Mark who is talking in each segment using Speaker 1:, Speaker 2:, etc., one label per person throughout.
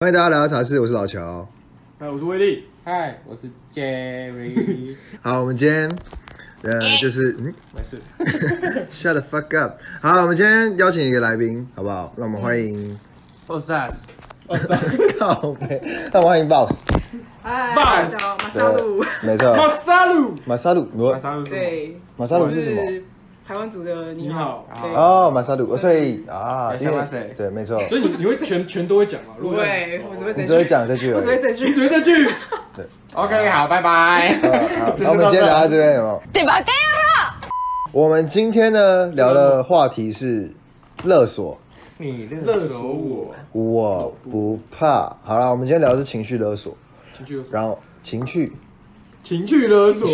Speaker 1: 欢迎大家来到茶室，我是老乔。
Speaker 2: 哎，我是威力，
Speaker 3: 嗨，我是 Jerry。
Speaker 1: 好，我们今天呃就是嗯
Speaker 2: 没事。
Speaker 1: ，shut the fuck up。好，我们今天邀请一个来宾，好不好？让我们欢迎
Speaker 3: o s a s
Speaker 1: 靠背，让我们欢迎 Boss。
Speaker 2: Vibes
Speaker 4: 嗨，哎大家好马萨路，
Speaker 1: 没错，
Speaker 2: 马萨鲁，
Speaker 1: 马萨鲁，
Speaker 2: 马萨鲁，，
Speaker 4: 对，
Speaker 1: 马萨鲁是什么？
Speaker 4: 是台湾组的你好，
Speaker 2: 你
Speaker 3: 好
Speaker 4: 对，
Speaker 1: 哦，马萨鲁，所以啊，
Speaker 3: 哎
Speaker 1: 因
Speaker 3: 小
Speaker 1: 为
Speaker 3: 马谁
Speaker 1: 对，没错，
Speaker 2: 所以你你会全全都会讲吗？如
Speaker 4: 不
Speaker 2: 果
Speaker 4: 会，
Speaker 2: 哦
Speaker 4: 我只会
Speaker 1: 你
Speaker 4: 这
Speaker 1: 只会
Speaker 4: 句，
Speaker 1: 讲这句
Speaker 4: 我
Speaker 1: 而
Speaker 4: 只会
Speaker 1: 已。
Speaker 4: 这句，
Speaker 2: 学这句，
Speaker 3: OK，好，拜拜。
Speaker 1: 好，那我们今天聊到这边有没有？
Speaker 5: 对吧？对了，
Speaker 1: 我们今天呢聊的话题是勒索，
Speaker 3: 你
Speaker 2: 勒索我，
Speaker 1: 我不怕。好了，我们今天聊的是情绪勒索，
Speaker 2: 情绪勒索，
Speaker 1: 然后情绪
Speaker 2: 情绪勒索，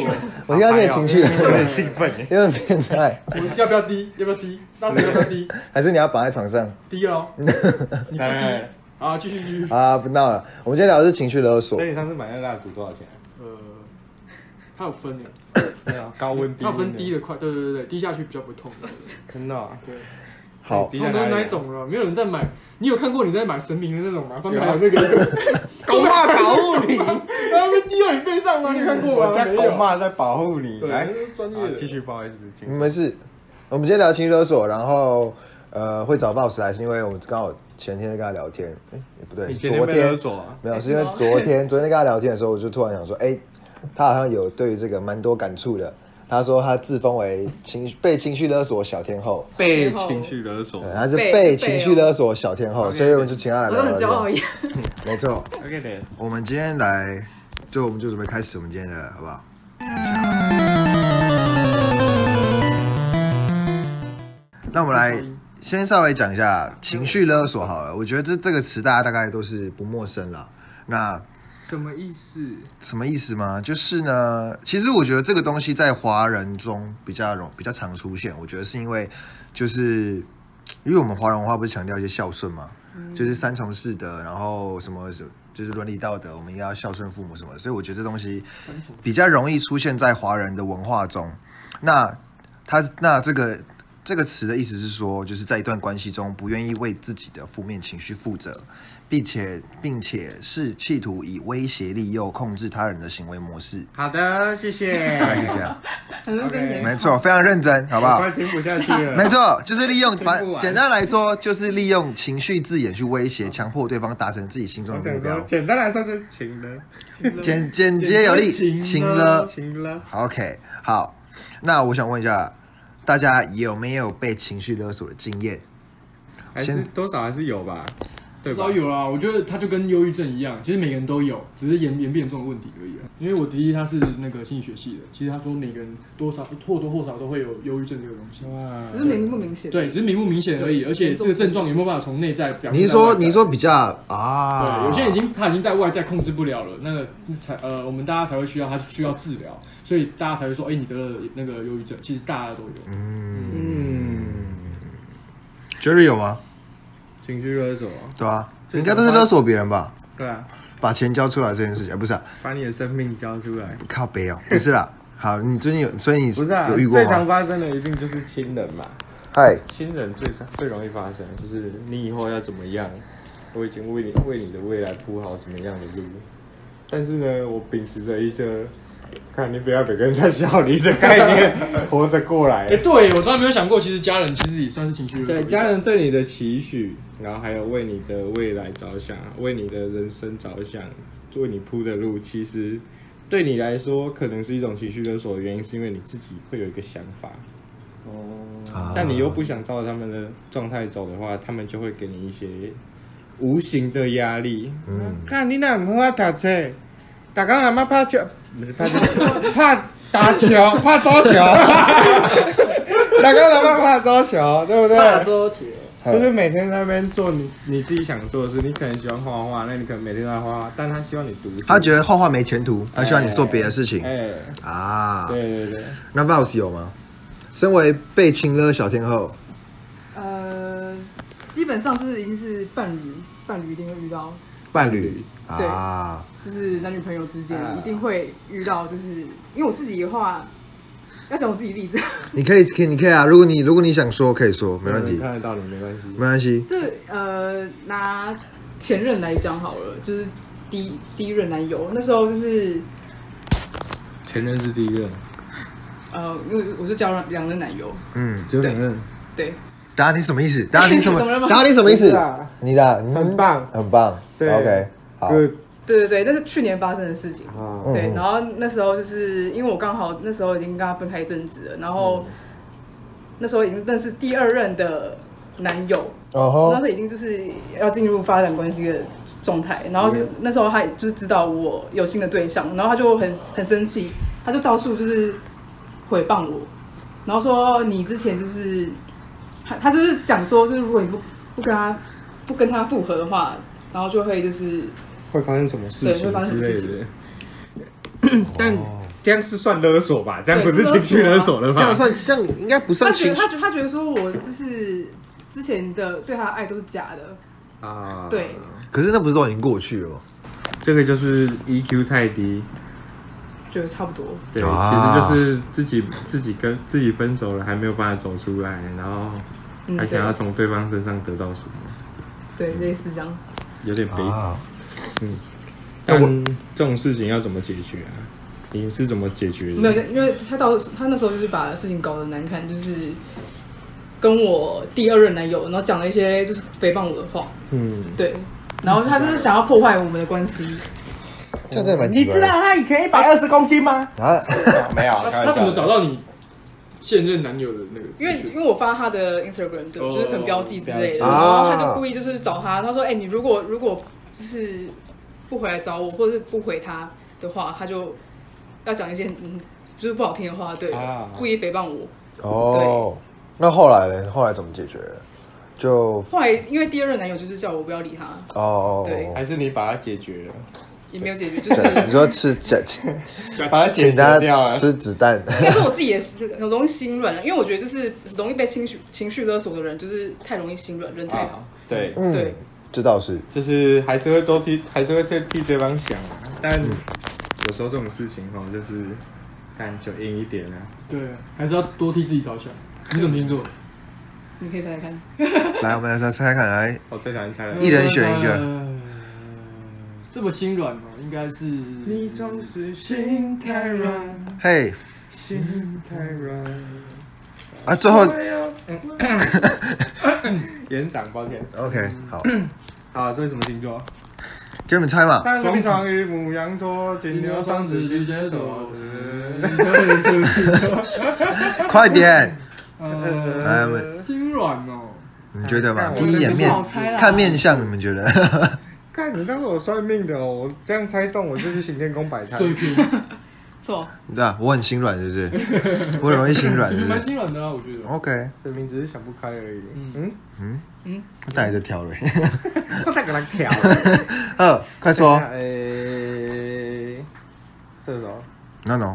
Speaker 1: 我现在念情绪了，
Speaker 3: 有点兴奋。
Speaker 1: 因为变态，
Speaker 2: 我要不要低？要不要低？到底要不要低？
Speaker 1: 还是你要绑在床上
Speaker 2: 低哦，你不低
Speaker 3: 哎，
Speaker 2: 啊，继续继续，
Speaker 1: 啊？不闹了，我们今天聊的是情绪勒索
Speaker 3: 所。以你上次买那蜡烛多少钱？
Speaker 2: 呃，它有分的，
Speaker 3: 对啊，高温低。
Speaker 2: 它有分低的，快，对对对对，低下去比较不痛。
Speaker 3: 真的哦。
Speaker 2: 对，
Speaker 1: 好，
Speaker 3: 低
Speaker 2: 他
Speaker 3: 在
Speaker 2: 们都
Speaker 3: 哪
Speaker 2: 是
Speaker 3: 里
Speaker 2: 哪一种了？没有人在买，你有看过你在买神明的那种吗？上面
Speaker 3: 啊
Speaker 2: 还有那个，
Speaker 3: 狗骂保护你，
Speaker 2: 他们滴到你背上吗？你看过吗？
Speaker 3: 嗯我家
Speaker 2: 没有
Speaker 3: 狗，骂在保护你。
Speaker 2: 对
Speaker 3: 来
Speaker 2: 那是，专业
Speaker 3: 啊
Speaker 2: 的
Speaker 3: 继续，不好意思，请
Speaker 1: 你们是，我们今天聊情绪勒索，然后呃会找 boss 来，是因为我们刚好前天在跟他聊天，哎、不对，
Speaker 3: 你
Speaker 1: 是
Speaker 3: 前
Speaker 1: 昨
Speaker 3: 天被勒
Speaker 1: 天
Speaker 3: 索啊？
Speaker 1: 没有，是因为
Speaker 4: 哎
Speaker 1: 昨天昨天在跟他聊天的时候，我就突然想说，哎、他好像有对这个蛮多感触的。他说他自封为情被情绪勒索小天后，
Speaker 3: 被
Speaker 4: 最后
Speaker 3: 情绪勒索
Speaker 1: 对，。他是被
Speaker 4: 被被
Speaker 1: 情
Speaker 4: 哦
Speaker 1: 绪勒索小天后，所以我们就请他来
Speaker 4: 我
Speaker 1: 聊
Speaker 4: 都很
Speaker 1: 聊
Speaker 4: 骄傲
Speaker 1: 天。
Speaker 4: 一样。
Speaker 1: 没错，
Speaker 3: OK this。
Speaker 1: 我们今天来，就我们就准备开始我们今天的，好不好？那我们来先稍微讲一下情绪勒索好了，我觉得这这个词大家大概都是不陌生啦。那
Speaker 3: 什么意思？
Speaker 1: 什么意思吗？就是呢，其实我觉得这个东西在华人中比较容比较常出现。我觉得是因为就是因为我们华人文化不是强调一些孝顺嘛，就是三从四德，然后什么就是伦理道德，我们也要孝顺父母什么的。所以我觉得这东西比较容易出现在华人的文化中。那他那这个这个词的意思是说，就是在一段关系中不愿意为自己的负面情绪负责，并且并且是企图以威胁、利诱、控制他人的行为模式，
Speaker 3: 好的，谢谢
Speaker 1: 大。概是这样。
Speaker 4: 很认真演，
Speaker 1: 没错，非常认真，好不
Speaker 3: 我
Speaker 1: 好
Speaker 3: 快？听不下去了。
Speaker 1: 没错，就是利用，反
Speaker 3: 听不完
Speaker 1: 简单来说，就是利用情绪字眼去威胁、强迫对方达成自己心中
Speaker 3: 我
Speaker 1: 的目
Speaker 3: 想说，
Speaker 1: 标，
Speaker 3: 简单来说就是情了，
Speaker 1: 简简洁有力，
Speaker 2: 情
Speaker 1: 情
Speaker 2: 勒
Speaker 1: 了。
Speaker 3: 情了。
Speaker 1: 好 OK，好，那我想问一下，大家有没有被情绪勒索的经验？
Speaker 3: 还是
Speaker 1: 先
Speaker 3: 多少还是有吧，对吧
Speaker 2: 都？有啊啦，我觉得他就跟忧郁症一样，其实每个人都有，只是演演变种问题而已啊。因为我弟弟他是那个心理学系的，其实他说每个人多少或多或少都会有忧郁症这个东西，
Speaker 1: 嗯
Speaker 3: 哇
Speaker 4: 只是明不明显，
Speaker 2: 对，只是明不明显而已。而且这个症状有没有办法从内在表现在外在？
Speaker 1: 你是说，你是
Speaker 2: 说
Speaker 1: 说比较啊，
Speaker 2: 对，有些人已经他已经在外在控制不了了，那个才呃，我们大家才会需要他需要治疗，所以大家才会说，哎、你得了那个忧郁症，其实大家都有。
Speaker 1: 嗯 Jerry 有吗？
Speaker 3: 情绪勒索，
Speaker 1: 对啊，应该都是勒索别人吧，
Speaker 3: 对啊，
Speaker 1: 把钱交出来这件事情，哎不是啊，
Speaker 3: 把你的生命交出来。
Speaker 1: 靠背哦，不是啦。好，你最近有，所以你
Speaker 3: 不是啊，
Speaker 1: 有遇过
Speaker 3: 最
Speaker 1: 吗？
Speaker 3: 常发生的一定就是亲人嘛，
Speaker 1: 嗨，
Speaker 3: 亲人最常最容易发生，就是你以后要怎么样，我已经为你为你的未来铺好什么样的路，但是呢，我秉持着一个看你不要被跟人家笑你的概 念活着过来
Speaker 2: 哎、。对我从来没有想过，其实家人其实也算是情绪勒索。
Speaker 3: 对家人对你的期许，然后还有为你的未来着想，为你的人生着想，为你铺的路，其实对你来说可能是一种情绪勒索的原因，是因为你自己会有一个想法，
Speaker 1: 啊
Speaker 3: 但你又不想照他们的状态走的话，他们就会给你一些无形的压力。嗯，看你哪唔好读册，大家阿妈拍球，不是拍球， 拍打球， 拍桌球，大家阿妈拍桌球，对不对？
Speaker 2: 都铁。
Speaker 3: 就是每天在那边做你你自己想做的事，你可能喜欢画画，那你可能每天都在画画，但他希望你读书。
Speaker 1: 他觉得画画没前途，他希望你做别的事情
Speaker 3: 哎、
Speaker 1: 啊。
Speaker 3: 对对对，
Speaker 1: 那 Vows 有吗？身为被亲勒小天后，
Speaker 4: 呃，基本上就是一定是伴侣，伴侣一定会遇到，
Speaker 1: 伴侣
Speaker 4: 对
Speaker 1: 啊，
Speaker 4: 就是男女朋友之间
Speaker 3: 啊
Speaker 4: 一定会遇到，就是因为我自己的话，要讲我自己例子，
Speaker 1: 你可以，可以，你可以啊。如果你如果你想说，可以说，没问
Speaker 3: 你
Speaker 1: 题，
Speaker 3: 看得到你没关系。
Speaker 1: 没关系。
Speaker 4: 就是呃，拿前任来讲好了，就是第一第一任男友，那时候就是
Speaker 3: 前任是第一任，
Speaker 4: 呃，因为我是交了两任男友，
Speaker 1: 嗯，
Speaker 3: 只有两任，
Speaker 4: 对，
Speaker 1: 达你什么意思？达你什么
Speaker 4: 你懂了？吗
Speaker 1: 达你什么意
Speaker 3: 不
Speaker 1: 思
Speaker 3: 是啊？
Speaker 1: 你的你
Speaker 3: 很棒
Speaker 1: 很棒。
Speaker 3: 对
Speaker 1: OK，好，
Speaker 3: Good
Speaker 4: 对对对，那是去年发生的事情。
Speaker 3: 啊，
Speaker 1: 嗯
Speaker 4: 对，然后那时候就是因为我刚好那时候已经跟他分开一阵子了，然后那时候已经认识第二任的男友，
Speaker 1: 哦
Speaker 4: 那
Speaker 1: 吼，
Speaker 4: 时候已经就是要进入发展关系的状态，然后就、
Speaker 3: 嗯
Speaker 4: 那时候他就是知道我有新的对象，然后他就很很生气，他就到处就是诽谤我，然后说你之前就是他他就是讲说，就是如果你不不跟他不跟他复合的话，然后就会就是
Speaker 3: 会发生什么事
Speaker 4: 对会
Speaker 3: 情
Speaker 4: 发生什
Speaker 3: 之
Speaker 4: 么
Speaker 3: 类
Speaker 4: 事
Speaker 3: 的。 但这样是算勒索吧？这样不是
Speaker 4: 对是勒
Speaker 3: 情
Speaker 4: 索啊
Speaker 3: 绪勒索了
Speaker 1: 这样
Speaker 3: 吧？
Speaker 1: 算这样应该不
Speaker 4: 他
Speaker 1: 算情
Speaker 4: 觉得他觉得他觉得说我就是之前的对他的爱都是假的，
Speaker 3: 啊，
Speaker 4: 对，
Speaker 1: 可是那不是都已经过去了吗？
Speaker 3: 这个就是 EQ 太低，
Speaker 4: 觉得差不多。
Speaker 3: 对，
Speaker 1: 啊
Speaker 3: 其实就是自己自己跟自己分手了，还没有办法走出来，然后
Speaker 4: 嗯，
Speaker 3: 还想要
Speaker 4: 对
Speaker 3: 从对方身上得到什么，
Speaker 4: 对类似这样。
Speaker 3: 有点悲。
Speaker 1: 啊，
Speaker 3: 但
Speaker 1: 那我
Speaker 3: 这种事情要怎么解决啊？你是怎么解决的？
Speaker 4: 没有，因为他到他那时候就是把事情搞得难看，就是跟我第二任男友，然后讲了一些就是诽谤我的话，
Speaker 3: 嗯，
Speaker 4: 对，然后他就是想要破坏我们的关系，
Speaker 1: 这样真的蛮奇
Speaker 3: 你
Speaker 1: 怪
Speaker 3: 知道他以前一百二十公斤吗？
Speaker 1: 的啊？
Speaker 3: 没有，
Speaker 2: 他他怎么找到你现任男友的那个资
Speaker 4: 因
Speaker 2: 讯？
Speaker 4: 为因为我发他的 Instagram 对，
Speaker 2: 哦
Speaker 4: 就是很标记之类的，
Speaker 1: 记
Speaker 3: 标
Speaker 4: 然后他就故意就是找他，他说，哎、你如果如果就是不回来找我，或者是不回他的话，他就要讲一些嗯就是不好听的话，对了，
Speaker 3: 啊
Speaker 4: 故意诽谤我。
Speaker 1: 哦，那后来呢？后来怎么解决？就
Speaker 4: 后来因为第二任男友就是叫我不要理他，
Speaker 1: 哦哦，
Speaker 4: 对
Speaker 1: 哦
Speaker 3: 还是你把它解决了，
Speaker 4: 也没有解决，就是
Speaker 1: 对你说吃解，
Speaker 3: 把它解
Speaker 1: 请
Speaker 3: 决
Speaker 1: 他
Speaker 3: 掉了。
Speaker 1: 吃子弹，
Speaker 4: 应该说我自己也是很容易心软了，因为我觉得就是容易被情绪情绪勒索的人，就是太容易心软，人太好
Speaker 3: 啊。，对，
Speaker 1: 嗯
Speaker 4: 对，
Speaker 1: 这倒是
Speaker 3: 就是还是会多替，还是会替替对方想啊。但有时候这种事情哈，就是看就硬一点啊。
Speaker 2: 对，还是要多替自己着想。你怎么星座？
Speaker 3: 嗯
Speaker 4: 你可以猜猜看，
Speaker 1: 来，我们来猜猜看，来，
Speaker 3: 我哦最讨厌猜了。
Speaker 1: 一人选一个
Speaker 2: 呃这么心软吗？哦应该是
Speaker 3: 你总是心太软，
Speaker 1: 嘿
Speaker 3: 心太软。
Speaker 1: 啊，最后
Speaker 3: 延长，抱歉。
Speaker 1: OK 好，
Speaker 3: 好，啊这是什么星座？
Speaker 1: 给你们猜 嘛，
Speaker 3: 上是双鱼、母羊座、金牛、双子、巨蟹座。
Speaker 1: 快点，
Speaker 2: 呃，
Speaker 3: 哎
Speaker 1: 来，我们
Speaker 2: 心软 哦，
Speaker 1: 你们觉得 嘛？
Speaker 3: 看我
Speaker 1: 第一眼面
Speaker 4: 不好猜啦
Speaker 1: 看面相，你们觉得？
Speaker 3: 看你当我算命的哦，我这样猜中，我就是行天宫摆 摊。
Speaker 2: 水平
Speaker 4: 错，
Speaker 1: 你知道我很心软，是不是？我很容易心软，
Speaker 2: 其
Speaker 1: 是哦
Speaker 2: 实
Speaker 1: 不
Speaker 2: 蛮
Speaker 1: 是
Speaker 2: 心软的啊，我觉得。
Speaker 1: ？OK，
Speaker 3: 水瓶只是想不开而已。
Speaker 2: 嗯
Speaker 3: 嗯，
Speaker 1: 我带你这条了。
Speaker 3: 我再给他调。
Speaker 1: 呃，快 说
Speaker 3: 诶，射手。
Speaker 1: ，No No，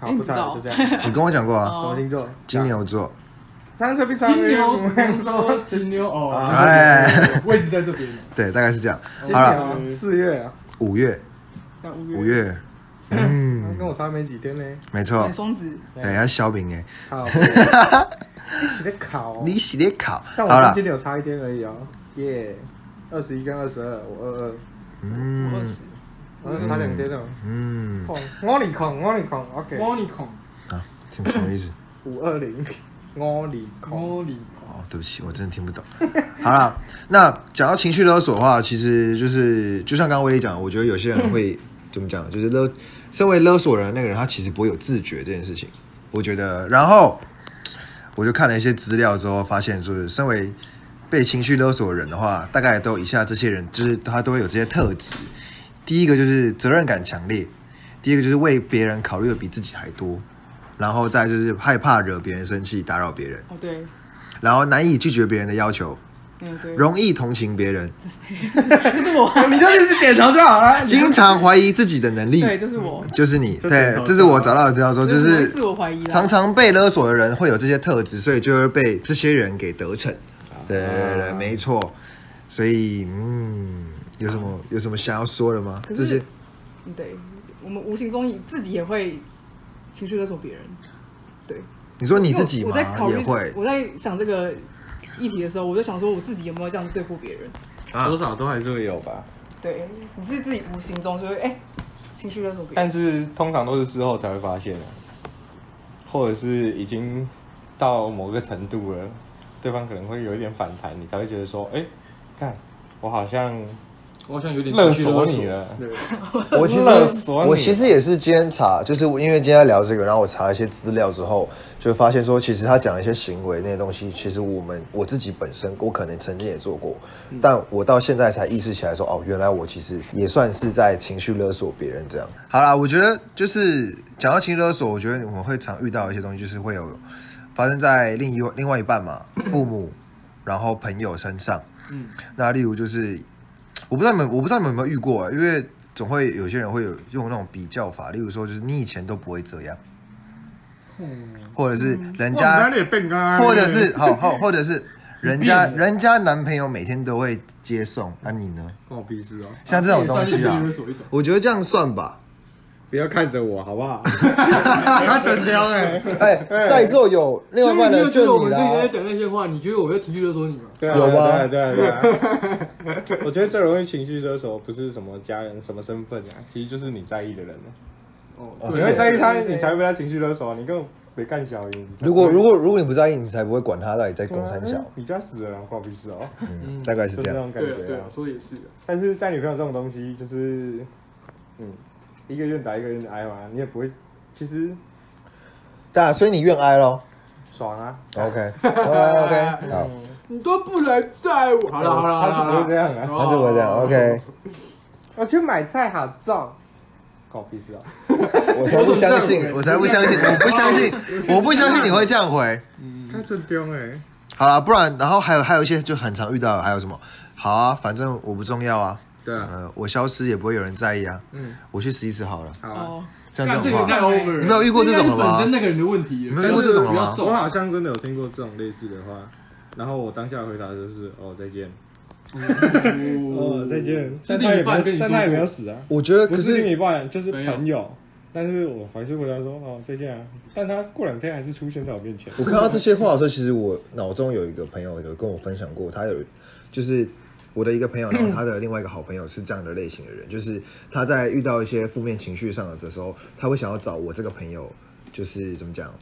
Speaker 3: 好，
Speaker 4: 哎你
Speaker 3: 不猜了，就
Speaker 4: 知
Speaker 3: 这
Speaker 4: 道
Speaker 3: 样。什
Speaker 1: 你跟我讲过啊，
Speaker 4: 哦
Speaker 3: 么星座？
Speaker 1: 金。牛座，
Speaker 3: 三岁比双
Speaker 2: 金
Speaker 3: 鱼，
Speaker 2: 牛、
Speaker 3: 母
Speaker 2: 黄
Speaker 3: 羊座
Speaker 2: 牛、。金牛哦，
Speaker 1: 哎
Speaker 2: 就是位置在这边。
Speaker 1: 对，大概是这样。
Speaker 3: 金
Speaker 1: 好了，
Speaker 3: 牛四月啊，
Speaker 1: 五月，
Speaker 4: 那五
Speaker 1: 五
Speaker 4: 月，
Speaker 1: 月，嗯，
Speaker 3: 跟我差没几天呢。
Speaker 1: 没错
Speaker 4: 你，双子，
Speaker 1: 哎，他是小饼哎，
Speaker 3: 好，一起在考哦。
Speaker 1: 你系列考，
Speaker 3: 但
Speaker 1: 好
Speaker 3: 我跟
Speaker 1: 了
Speaker 3: 金，牛差一天而已哦。耶，二十一跟二十二，我二二。
Speaker 4: 我
Speaker 1: 嗯
Speaker 4: 二十，
Speaker 3: 嗯，差两天了。
Speaker 1: 嗯，
Speaker 3: 五二空，五二空，OK，
Speaker 1: 哎
Speaker 2: 莫尼孔，
Speaker 1: 啊，听什么意思？
Speaker 3: 五二零，五二空，
Speaker 2: 莫尼孔，
Speaker 1: 哦，对不起，我真的听不懂。 好了，那讲到情绪勒索的话，其实就是就像刚刚威力讲的，我觉得有些人会怎么讲，就是勒，身为勒索人的那个人，他其实不会有自觉这件事情。我觉得，然后我就看了一些资料之后，发现就是身为被情绪勒索的人的话，大概都有以下这些人，就是他都会有这些特质。第一个就是责任感强烈，第一个就是为别人考虑的比自己还多，然后再就是害怕惹别人生气、打扰别人。
Speaker 4: 哦对，
Speaker 1: 然后难以拒绝别人的要求，
Speaker 4: 嗯对，
Speaker 1: 容易同情别 人，
Speaker 4: 就是我，
Speaker 3: 你就一直点头就 好了。
Speaker 1: 经常怀疑自己的能力，
Speaker 4: 对，就是我，
Speaker 1: 就是你。
Speaker 3: 这
Speaker 1: 对
Speaker 3: 点头，
Speaker 1: 这是我找到的资料嗯说，就
Speaker 4: 我会
Speaker 1: 是
Speaker 4: 自我怀疑啊啦
Speaker 1: 常。常被勒索的人会有这些特质，所以就会被这些人给得逞。对对对对，没错。所以，嗯，有什么有什么想要说的吗？
Speaker 4: 可
Speaker 1: 这
Speaker 4: 是
Speaker 1: 些
Speaker 4: 嗯对，我们无形中自己也会情绪勒索别人。
Speaker 1: 你说你自己
Speaker 4: 因为我
Speaker 1: 吗
Speaker 4: 我在？考
Speaker 1: 也
Speaker 4: 虑
Speaker 1: 会，
Speaker 4: 我在想这个议题的时候，我就想说我自己有没有这样对付别人？
Speaker 1: 啊
Speaker 3: 多少都还是会有吧。
Speaker 4: 对，你是自己无形中就会哎、情绪勒索别人，
Speaker 3: 但是通常都是事后才会发现的，或者是已经到某个程度了，对方可能会有一点反弹，你才会觉得说，哎、看我好像
Speaker 2: 我好像有点
Speaker 3: 勒
Speaker 2: 情绪
Speaker 3: 索
Speaker 2: 勒
Speaker 3: 你了。
Speaker 2: 对，
Speaker 1: 我其实
Speaker 3: 勒索你
Speaker 1: 我其实也是今天查，就是因为今天在聊这个，然后我查了一些资料之后，就发现说，其实他讲一些行为那些东西，其实我们我自己本身我可能曾经也做过，但我到现在才意识起来说，哦，原来我其实也算是在情绪勒索别人这样。好啦，我觉得就是讲到情绪勒索，我觉得我们会常遇到一些东西，就是会有发生在另一另外一半嘛，父母，然后朋友身上。
Speaker 2: 嗯，
Speaker 1: 那例如就是我不知道你们，我不知道你们有没有遇过、因为总会有些人会有用那种比较法，例如说就是你以前都不会这样，或者是人家，
Speaker 3: 里变干
Speaker 1: 或者是好好，或者是人家人家男朋友每天都会接送，那、你呢？
Speaker 3: 关我屁事哦！
Speaker 1: 像这种东西
Speaker 2: 也算
Speaker 1: 啊
Speaker 2: 是情绪，勒索一种。
Speaker 1: 我觉得这样算吧。
Speaker 3: 不要看着我好不 好？他整条哎、
Speaker 1: 哎，在座有另外一半
Speaker 2: 你
Speaker 1: 的
Speaker 2: 有觉得
Speaker 1: 就
Speaker 2: 我
Speaker 1: 你
Speaker 2: 们自己
Speaker 1: 啦
Speaker 2: 在。讲那些话，你觉得我在情绪勒索你吗？
Speaker 3: 对啊，
Speaker 1: 有
Speaker 3: 对啊
Speaker 1: 吗
Speaker 3: 对啊对啊。对啊 我觉得最容易情绪勒索不是什么家人、什么身份啊，其实就是你在意的人啊。
Speaker 2: 哦，
Speaker 1: 哦
Speaker 3: 你
Speaker 1: 对
Speaker 3: 会在意他，
Speaker 4: 对对对
Speaker 3: 你才会被他情绪勒索啊！你根本没干小赢。
Speaker 1: 如果如果如果你不在意，你才不会管他到底在公
Speaker 3: 三
Speaker 1: 三小，
Speaker 3: 你家死人啊，关我屁事哦，
Speaker 1: 嗯，大概是
Speaker 3: 就是
Speaker 1: 这
Speaker 3: 这
Speaker 1: 样。
Speaker 3: 种感
Speaker 2: 对啊，
Speaker 3: 觉
Speaker 2: 对
Speaker 3: 啊
Speaker 2: 啊，。说的也是的。
Speaker 3: 但是在女朋友这种东西，就是嗯，一个愿打一个愿挨嘛，你也不会，其实
Speaker 1: 对啊，所以你愿挨咯。
Speaker 3: 爽啊。
Speaker 1: OK OK OK，好。
Speaker 2: 你都不来载我，好了好了好了
Speaker 3: 他
Speaker 2: 好
Speaker 3: 是不会这
Speaker 2: 了，
Speaker 3: 样啊。
Speaker 1: 他是不会这样。OK，
Speaker 3: 我哦去买菜好重，关我屁事哦。
Speaker 1: 我才不相信，我才不相信，我不相 信，我不相信你会这样回。
Speaker 3: 他真丢哎。
Speaker 1: 好了，不然，然后还有还有一些就很常遇到的，还有什么？好啊，反正我不重要啊，
Speaker 3: 对啊，
Speaker 1: 呃，我消失也不会有人在意啊，
Speaker 3: 嗯，
Speaker 1: 我去死一死好了，
Speaker 3: 好啊。
Speaker 4: 哦，
Speaker 1: 像这种
Speaker 2: 个
Speaker 1: 话，
Speaker 2: 太 over 了。
Speaker 1: 你没有遇过这种的吗
Speaker 2: 应该是本身那个人的问题
Speaker 1: 你
Speaker 2: 了，
Speaker 1: 没有遇过这种的吗
Speaker 2: 不
Speaker 3: 我
Speaker 2: 要
Speaker 3: 好像真的有听过这种类似的话，然后我当下的回答就是哦再见，
Speaker 2: 重
Speaker 3: 哦再见，
Speaker 2: 是
Speaker 3: 但
Speaker 2: 另
Speaker 3: 他
Speaker 2: 一
Speaker 3: 也没
Speaker 2: 半
Speaker 3: 有
Speaker 2: 跟你，说嗯
Speaker 3: 但他也没有
Speaker 2: 过，
Speaker 3: 死啊，
Speaker 1: 我觉得
Speaker 3: 不
Speaker 1: 可
Speaker 3: 是另
Speaker 1: 是
Speaker 3: 一半就是
Speaker 2: 没有
Speaker 3: 朋友，但是我还是回答说哦再见啊，但他过两天还是出现在我面前，
Speaker 1: 我看到这些话的时候，其实我脑中有一个朋友有跟我分享过，他有就是我的一个朋友，然后他的另外一个好朋友是这样的类型的人，就是他在遇到一些负面情绪上的时候，他会想要找我这个朋友，就是怎么讲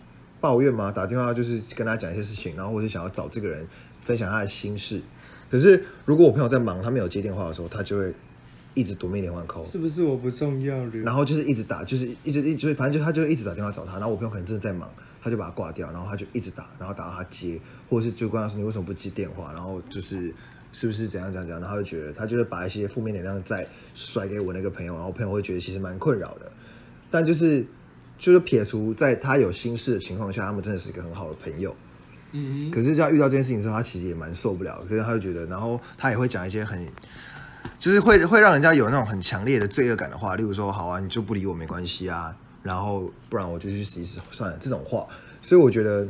Speaker 1: 抱怨嘛，打电话就是跟他讲一些事情，然后或是想要找这个人分享他的心事。可是如果我朋友在忙，他没有接电话的时候，他就会一直夺命连环扣。
Speaker 3: 是不是我不重要了？
Speaker 1: 然后就是一直打，就是一直一直，反正就他就一直打电话找他，然后我朋友可能真的在忙，他就把他挂掉，然后他就一直打，然后打到他接，或者是就跟他说你为什么不接电话，然后就是是不是怎样怎样怎样，然后他就觉得他就会把一些负面能量再甩给我那个朋友，然后我朋友会觉得其实蛮困扰的，但就是就是撇除在他有心事的情况下，他们真的是一个很好的朋友，
Speaker 2: 嗯
Speaker 1: 可是在遇到这件事情的时候，他其实也蛮受不了，可是他就觉得，然后他也会讲一些很，就是会会让人家有那种很强烈的罪恶感的话，例如说，好啊，你就不理我没关系啊，然后不然我就去死一死算了这种话，所以我觉得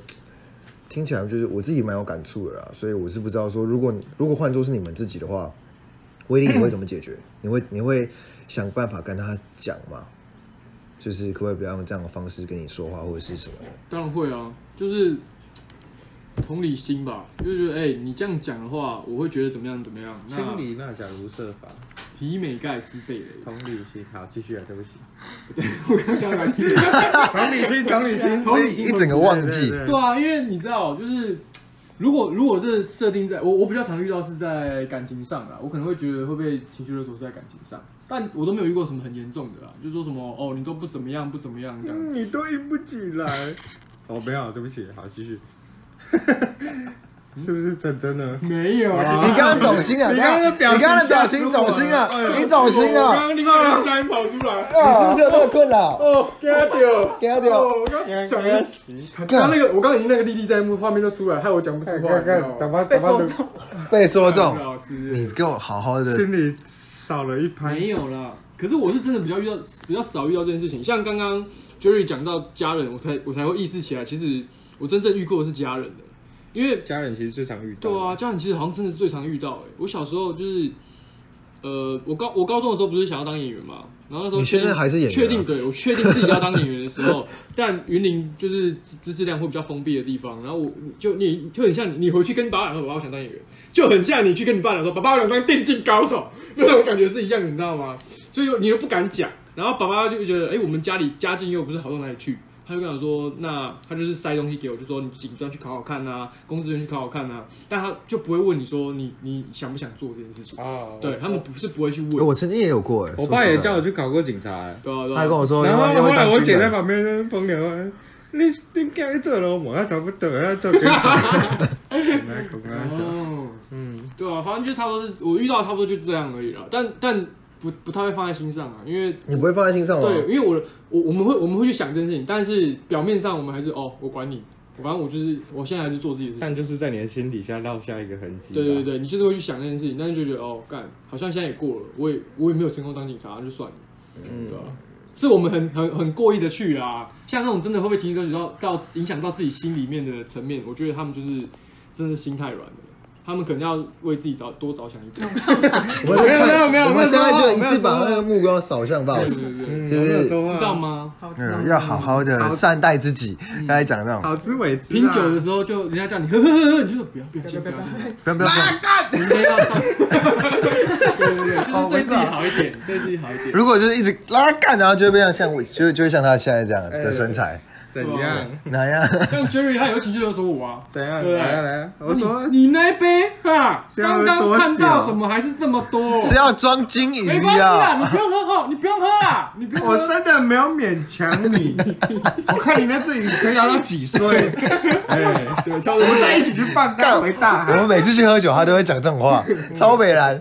Speaker 1: 听起来就是我自己蛮有感触的啦，所以我是不知道说，如果你如果换作是你们自己的话，威力你会怎么解决？你会你会想办法跟他讲吗？就是可不可以不要用这样的方式跟你说话，或者是什么？
Speaker 2: 哼，当然会啊，就是同理心吧，就是觉得哎，你这样讲的话，我会觉得怎么样怎么样。那
Speaker 3: 心里那假如设法，
Speaker 2: 皮美盖斯贝雷，
Speaker 3: 同理心。好，继续啊，对不起。
Speaker 2: 我刚讲完皮美
Speaker 3: 同理心，同理心。
Speaker 2: 同理心
Speaker 1: 一整个忘记。
Speaker 3: 对
Speaker 2: 对啊，因为你知道，就是如果如果这设定在我我比较常遇到是在感情上啦，我可能会觉得会被情绪勒索是在感情上，但我都没有遇过什么很严重的啦，就说什么哦你都不怎么样不怎么样这样，
Speaker 3: 嗯你都硬不起来。哦，没有，对不起，好，继续。是不是真真的？
Speaker 2: 没有啊，
Speaker 1: 你刚刚走心了，
Speaker 3: 你刚刚的表情
Speaker 1: 你刚刚的表
Speaker 3: 吓死
Speaker 1: 情
Speaker 3: 我了
Speaker 1: 走心
Speaker 3: 哎
Speaker 1: 了，
Speaker 3: 呦
Speaker 1: 你走心
Speaker 2: 我
Speaker 1: 了
Speaker 2: 刚，刚另外一个声音跑出来，
Speaker 1: 你是不是有那个困扰？
Speaker 2: 哦 get 掉
Speaker 1: 给掉
Speaker 2: 哦我刚刚想了，刚刚
Speaker 1: 看
Speaker 2: 那个我刚刚已经那个历历在目，画面都出来，害我讲不出
Speaker 3: 看
Speaker 2: 话，
Speaker 3: 看看，打发打
Speaker 4: 被说
Speaker 3: 发
Speaker 4: 中，
Speaker 1: 被说
Speaker 2: 观
Speaker 1: 中，
Speaker 2: 老师
Speaker 1: 你跟我好好的，
Speaker 3: 心里少了一拍。
Speaker 2: 没有啦，可是我是真的比较遇到比较少遇到这件事情。像刚刚 Jerry 讲到家人，我才我才会意识起来，其实我真正遇过的是家人的，因为
Speaker 3: 家人其实最常遇到。
Speaker 2: 对啊，，家人其实好像真的是最常遇到、欸。我小时候就是呃，我高我高中的时候不是想要当演员嘛，然后那时候
Speaker 1: 你现在
Speaker 2: 确定
Speaker 1: 还是演员啊
Speaker 2: 确定对我确定自己要当演员的时 候，但云林就是知知识量会比较封闭的地方，然后我就你就很像你你回去跟你爸爸讲说爸爸我想当演员，就很像你去跟你爸爸讲说爸爸我想当电竞高手，那种感觉是一样的，你知道吗？所以你又不敢讲，然后爸爸就觉得哎、我们家里家境又不是好到哪里去。他就跟我说，那他就是塞东西给我，就说你警专去考考看啊，公职员去考考看啊，但他就不会问你说你你想不想做这件事情。
Speaker 3: 哦，
Speaker 2: 对他们不是不会去问。
Speaker 1: 我曾经也有过哎、
Speaker 3: 我爸也叫我
Speaker 1: 去，
Speaker 3: 去考过警察、欸，
Speaker 2: 对啊，对啊
Speaker 1: 他还跟我说，
Speaker 3: 然后
Speaker 1: 要不要
Speaker 3: 后来
Speaker 1: 当
Speaker 3: 我
Speaker 1: 军
Speaker 3: 姐在
Speaker 1: 人
Speaker 3: 旁边跟朋友啊，你你该做了，我差不多要做警察。
Speaker 2: 哦，
Speaker 3: 嗯，
Speaker 2: 对啊，反正就差不多是我遇到差不多就这样而已了，但但不不太会放在心上啊，因为
Speaker 1: 你不会放在心上吗？
Speaker 2: 对，因为我的我我们会我们会去想这件事情，但是表面上我们还是哦，我管你，反正我就是我现在还是做自己的事情。
Speaker 3: 但就是在你的心底下烙下一个痕迹。
Speaker 2: 对对，对，你就是会去想这件事情，但是就觉得哦，干，好像现在也过了，我也我也没有成功当警察，那就算了，对吧、是我们很很很过意的去啦，像那种真的会被情绪勒索到到影响到自己心里面的层面，我觉得他们就是真的是心太软了，他们可能要为自己着多着想一点。
Speaker 1: 我们
Speaker 3: 没有没有没有
Speaker 1: 我们现在就
Speaker 3: 没有
Speaker 1: 一
Speaker 3: 没
Speaker 1: 直
Speaker 3: 有
Speaker 1: 把那个目光扫向 boss，
Speaker 2: 对对对，
Speaker 3: 嗯，我没有说话，
Speaker 2: 知道？吗？
Speaker 4: 好，
Speaker 1: 嗯，要好好的善待自己。刚才讲的那种，
Speaker 3: 嗯好自为之啊。
Speaker 2: 品酒的时候就人家叫你喝喝喝喝，你就说不要不要先不要先，
Speaker 1: 不要不要不要。
Speaker 2: 不要应该要上。 对对对，就是
Speaker 1: 哦
Speaker 2: 对
Speaker 1: 没
Speaker 2: 自
Speaker 1: 事
Speaker 2: 己
Speaker 1: 啊
Speaker 2: 好一点，对自己好一点。
Speaker 1: 如果就是一直拉干，然后就会变成像我，就就会像他现在这样的身材，
Speaker 2: 啊
Speaker 3: 怎样？
Speaker 1: 哪样？
Speaker 2: 像 Jerry 他也会情绪勒索我啊，
Speaker 3: 怎样？
Speaker 2: 对
Speaker 3: 来啊来啊！我 说
Speaker 2: 你那一杯哈，
Speaker 3: 是
Speaker 2: 刚
Speaker 3: 要喝
Speaker 2: 刚
Speaker 3: 多
Speaker 2: 看
Speaker 3: 久啊
Speaker 2: 到怎么还是这么多？
Speaker 1: 是要装金鱼
Speaker 2: 没关系啊，
Speaker 1: 啊？
Speaker 2: 你不用喝 哦，你不用喝啊，你不用喝。
Speaker 3: 我真的没有勉强你， 我看你那次你可以聊到几岁？ 哎，
Speaker 2: 对，差不多
Speaker 3: 我们在一起去放干回大
Speaker 1: 我
Speaker 3: 海。
Speaker 1: 们每次去喝酒，他都会讲这种话，超北蓝。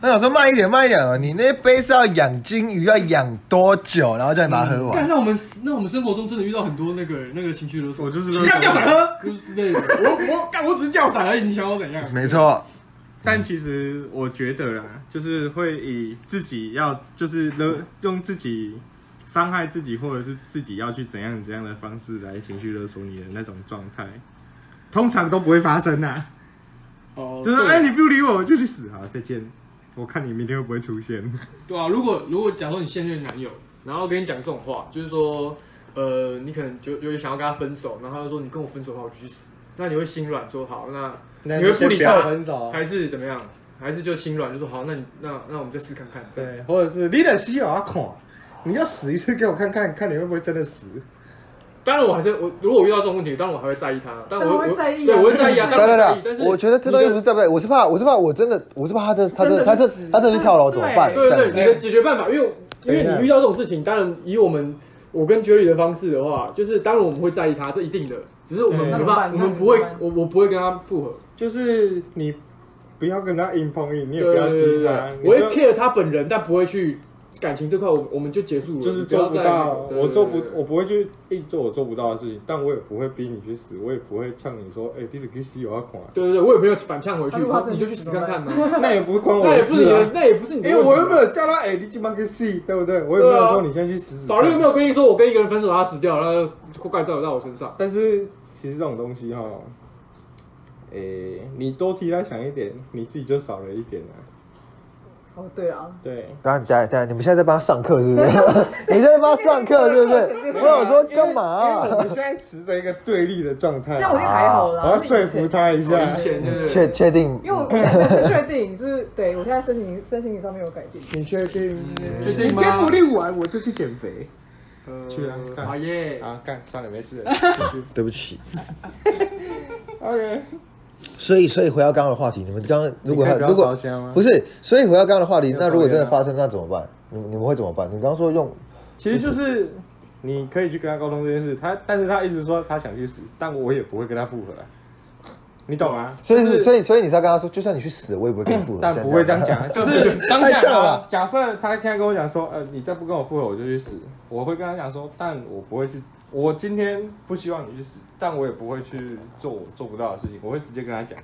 Speaker 1: 我想说慢一点，慢一点哦，你那杯是要养金鱼，要养多久，然后再把它喝
Speaker 2: 干，
Speaker 1: 完？
Speaker 2: 那我们那我们生活中真的遇到很多那个那个情绪勒索，
Speaker 3: 我就是
Speaker 2: 你要掉伞喝，就是之类的。我我干，我只是掉伞而已，你想我怎样？
Speaker 1: 没错，
Speaker 3: 但其实我觉得啦，就是会以自己要就是勒用自己伤害自己，或者是自己要去怎样怎样的方式来情绪勒索你的那种状态，通常都不会发生呐。
Speaker 2: 哦
Speaker 3: 就是
Speaker 2: 对
Speaker 3: 哎、你不理我，我就去死，好，再见。我看你明天会不会出现？
Speaker 2: 对啊，如果如果假如你现任男友，然后跟你讲这种话，就是说，呃，你可能就有点想要跟他分手，然后他就说你跟我分手的话，我就去死。那你会心软说好，那你会不理他，
Speaker 3: 手
Speaker 2: 还是怎么样？还是就心软就说好，那你那那我们再试看看。这样，
Speaker 3: 对，或者是你得稀有啊看，你要死一次给我看看，看你会不会真的死。
Speaker 2: 当然我还是我，如果我遇到这种问题，当然我还会在意他，但我
Speaker 4: 当然会在意
Speaker 2: 我
Speaker 4: 啊
Speaker 2: 对我会在意啊，
Speaker 1: 对
Speaker 2: 当然会
Speaker 1: 对
Speaker 2: 在意。但
Speaker 1: 对，
Speaker 2: 是
Speaker 1: 我觉得这东西不是在不在，我是怕，我是怕，我真的，我是怕他真的，他真的，他这他真的去跳楼怎么办？
Speaker 2: 对
Speaker 1: 这
Speaker 2: 对
Speaker 1: 样
Speaker 2: 对，
Speaker 1: 子
Speaker 2: 你的解决办法，因为因为你遇到这种事情，当然以我们我跟 Jerry 的方式的话，就是当然我们会在意他，这一定的，只是我们
Speaker 3: 嗯
Speaker 2: 没办法，
Speaker 4: 那怎么办
Speaker 2: 我们不会
Speaker 4: 那怎么，办
Speaker 2: 我我不会跟他复合，
Speaker 3: 就是你不要跟他硬碰硬，你也
Speaker 2: 对
Speaker 3: 不要
Speaker 2: 对对
Speaker 3: 激
Speaker 2: 对
Speaker 3: 他，，你
Speaker 2: 我会
Speaker 3: 就
Speaker 2: care 他本人，但不会去感情这块，我我们就结束了，
Speaker 3: 就是
Speaker 2: 你要
Speaker 3: 做不
Speaker 2: 再
Speaker 3: 到，
Speaker 2: 对
Speaker 3: 我做不
Speaker 2: 对，对对
Speaker 3: 我不会去硬做我做不到的事情，但我也不会逼你去死，我也不会呛你说，哎、你得去稀有啊看，
Speaker 2: 对对对，我有朋友反呛回去，
Speaker 4: 那如果他
Speaker 2: 说你就去死看看嘛，
Speaker 3: 那也不 关我
Speaker 2: 那也
Speaker 3: 的
Speaker 2: 不是
Speaker 3: 事
Speaker 2: 你的
Speaker 3: 啊，，
Speaker 2: 那也不是你
Speaker 3: 因
Speaker 2: 的问
Speaker 3: 为
Speaker 2: 题
Speaker 3: 我
Speaker 2: 啊，
Speaker 3: 又没有叫他，哎、你去妈个戏，对不对？我也没有
Speaker 2: 对啊
Speaker 3: 说你现在去死死看，
Speaker 2: 法律又没有跟你说我跟一个人分手，他死掉，然后怪罪到我身上，
Speaker 3: 但是其实这种东西哈，诶、你多替他想一点，你自己就少了一点啊。
Speaker 4: 哦，对啊，
Speaker 3: 对，
Speaker 1: 然后你等下等下，你们现在在帮他上课是不是？你现在帮他上课是不是？我想说干嘛
Speaker 3: 因为
Speaker 1: 啊？
Speaker 3: 我们现在持着一个对立的状态啊
Speaker 4: 这，样哦我就还好
Speaker 3: 我
Speaker 4: 啦。
Speaker 3: 要
Speaker 4: 因为
Speaker 3: 说
Speaker 4: 以前
Speaker 3: 服他一下。
Speaker 2: 哦以前对对
Speaker 1: 确
Speaker 2: 对，
Speaker 1: 确定？
Speaker 4: 因为我我先确定，就是对我现在身形身形上面有改变，
Speaker 3: 你确定？
Speaker 2: 确
Speaker 3: 你
Speaker 2: 定
Speaker 3: 今
Speaker 2: 吗？
Speaker 3: 天不练完，我就去减肥。
Speaker 2: 呃
Speaker 3: 去啊干
Speaker 2: 好耶！
Speaker 3: 啊，干，算了，没事。
Speaker 1: 对不起。
Speaker 3: OK，
Speaker 1: 所以，所以回到刚刚的话题，你们刚刚如果
Speaker 3: 你可以不要
Speaker 1: 如果
Speaker 3: 烧香吗
Speaker 1: 不是，所以回到刚刚的话题，
Speaker 3: 要
Speaker 1: 那如果真的
Speaker 3: 烧香
Speaker 1: 发生，那怎么办？你你们会怎么办？你刚刚说用，
Speaker 3: 其实就是你可以去跟他沟通这件事，他但是他一直说他想去死，但我也不会跟他复合啊，你懂吗？
Speaker 1: 所以，
Speaker 3: 就是
Speaker 1: 所以，所以你是要跟他说，就算你去死，我也不会跟你复合。
Speaker 3: 但不会这样
Speaker 1: 现在
Speaker 3: 讲，就是当
Speaker 1: 太呛
Speaker 3: 下
Speaker 1: 了
Speaker 3: 啊
Speaker 1: 吧
Speaker 3: 假设他现在跟我讲说，呃，你再不跟我复合，我就去死。我会跟他讲说，但我不会去，我今天不希望你去死，但我也不会去做我做不到的事情，我会直接跟他讲。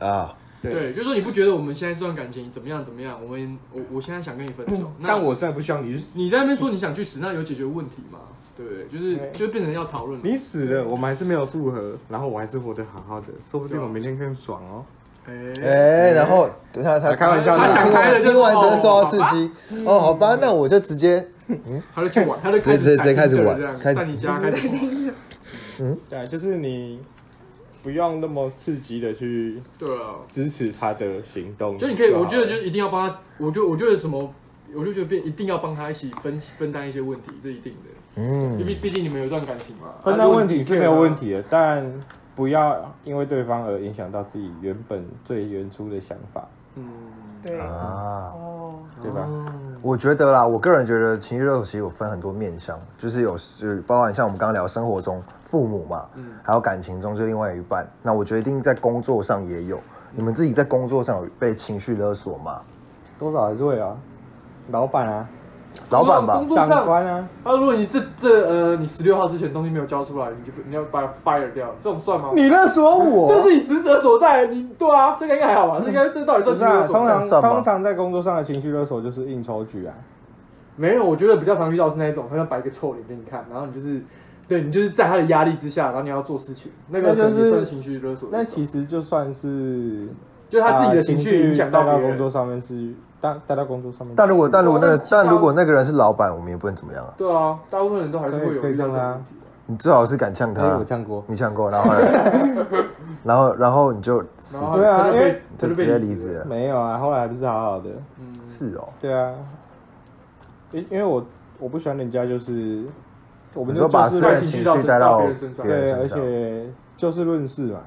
Speaker 1: 讲啊，
Speaker 2: 对，就是说你不觉得我们现在这段感情怎么样怎么样？我们我我现在想跟你分
Speaker 1: 嗯
Speaker 2: 手，那
Speaker 3: 但我再不希望你去死，
Speaker 2: 你在那边说你想去死，那有解决问题吗？对不对？就是
Speaker 3: 对
Speaker 1: 嗯
Speaker 2: 就变成要讨论。
Speaker 3: 你死了，我们还是没有复合，然后我还是活得好好的，说不定我明天更爽哦。
Speaker 1: 哎，然后等一下他
Speaker 3: 啊开玩笑的
Speaker 1: 他听
Speaker 2: 他想开
Speaker 1: 完
Speaker 2: 了就
Speaker 1: 听完
Speaker 2: 哦
Speaker 1: 真的受到刺激哦，好吧，那我就直接
Speaker 2: 他就去玩，他就
Speaker 1: 直接直接直接开始玩开始
Speaker 2: 在你家开始 玩，
Speaker 3: 对啊，就是你不用那么刺激的去
Speaker 2: 对啊，
Speaker 3: 支持他的行动好了。
Speaker 2: 就你可以，我觉得就一定要帮他，我觉得我觉得什么，我就觉得变一定要帮他一起分分担一些问题，这一定的，
Speaker 1: 嗯
Speaker 2: 因为毕竟你们有一段感情嘛，
Speaker 3: 分
Speaker 2: 啊
Speaker 3: 担问题是没有问，
Speaker 2: 如果
Speaker 3: 题的，但不要因为对方而影响到自己原本最原初的想法，
Speaker 2: 你 care 嗯，
Speaker 4: 对，
Speaker 1: 啊。
Speaker 4: 哦，
Speaker 3: 对吧？
Speaker 2: 哦
Speaker 1: 我觉得啦，我个人觉得情绪勒索其实有分很多面向，就是有是包含像我们刚刚聊生活中父母嘛，还有感情中就另外一半。那我决定在工作上也有，你们自己在工作上有被情绪勒索吗？
Speaker 3: 多少还是会啊，老板啊，
Speaker 1: 老板吧
Speaker 2: 工，作
Speaker 3: 长
Speaker 2: 上
Speaker 3: 官啊，
Speaker 2: 啊，如果你这这呃，你十六号之前东西没有交出来，你就你要把它 fire 掉，这种算吗？
Speaker 3: 你勒索
Speaker 2: 这
Speaker 3: 我。
Speaker 2: 是你职责所在，你对啊，这个应该还好吧？这应该这到底
Speaker 3: 不
Speaker 2: 算
Speaker 3: 是
Speaker 2: 情绪
Speaker 3: 啊，
Speaker 2: 勒索
Speaker 3: 通
Speaker 2: 吗？
Speaker 3: 常
Speaker 1: 算吗
Speaker 3: 通常在工作上的情绪勒索就是应酬局啊，
Speaker 2: 没有，我觉得比较常遇到是那一种，他要摆一个臭脸给你看，然后你就是，对你就是在他的压力之下，然后你要做事情，那个
Speaker 3: 那就
Speaker 2: 可能也
Speaker 3: 是
Speaker 2: 算情绪勒索的
Speaker 3: 那
Speaker 2: 一种。
Speaker 3: 其实就算是
Speaker 2: 就是他自己
Speaker 3: 啊
Speaker 2: 的情绪影响到
Speaker 3: 带到
Speaker 2: 别
Speaker 3: 工
Speaker 2: 人。
Speaker 3: 作上面是带带到工作上面，
Speaker 1: 但如果但如果那
Speaker 2: 我
Speaker 1: 个
Speaker 2: 知道
Speaker 1: 但如果那个人是老板，我们也不能怎么样啊。
Speaker 2: 对啊，大部分人都还是会有
Speaker 3: 可以
Speaker 2: 遇到这
Speaker 3: 可以这样
Speaker 2: 个
Speaker 3: 啊
Speaker 2: 问题的。
Speaker 1: 你最好是敢呛
Speaker 3: 哎
Speaker 1: 他
Speaker 3: 我，呛过，
Speaker 1: 你呛过，然后呢然后然后你就死
Speaker 2: 然后
Speaker 1: 直
Speaker 3: 对啊
Speaker 2: 他就
Speaker 3: 因
Speaker 2: 被
Speaker 3: 为
Speaker 2: 他
Speaker 1: 就直
Speaker 2: 就被嗯
Speaker 1: 接
Speaker 2: 离
Speaker 1: 离
Speaker 2: 职
Speaker 1: 职
Speaker 2: 了。
Speaker 1: 了，
Speaker 3: 没有啊，后来还不是好好的，
Speaker 1: 是哦。
Speaker 3: 对啊，因因为我我不喜欢人家就是我们
Speaker 1: 你
Speaker 3: 这
Speaker 1: 说把
Speaker 3: 就
Speaker 1: 私
Speaker 3: 是
Speaker 2: 把
Speaker 1: 人
Speaker 2: 情
Speaker 1: 情
Speaker 2: 绪到
Speaker 1: 绪带到
Speaker 2: 别
Speaker 1: 别
Speaker 2: 人
Speaker 1: 人
Speaker 2: 身
Speaker 1: 身
Speaker 2: 上
Speaker 1: 上，
Speaker 3: 对，哎而且就事论事嘛，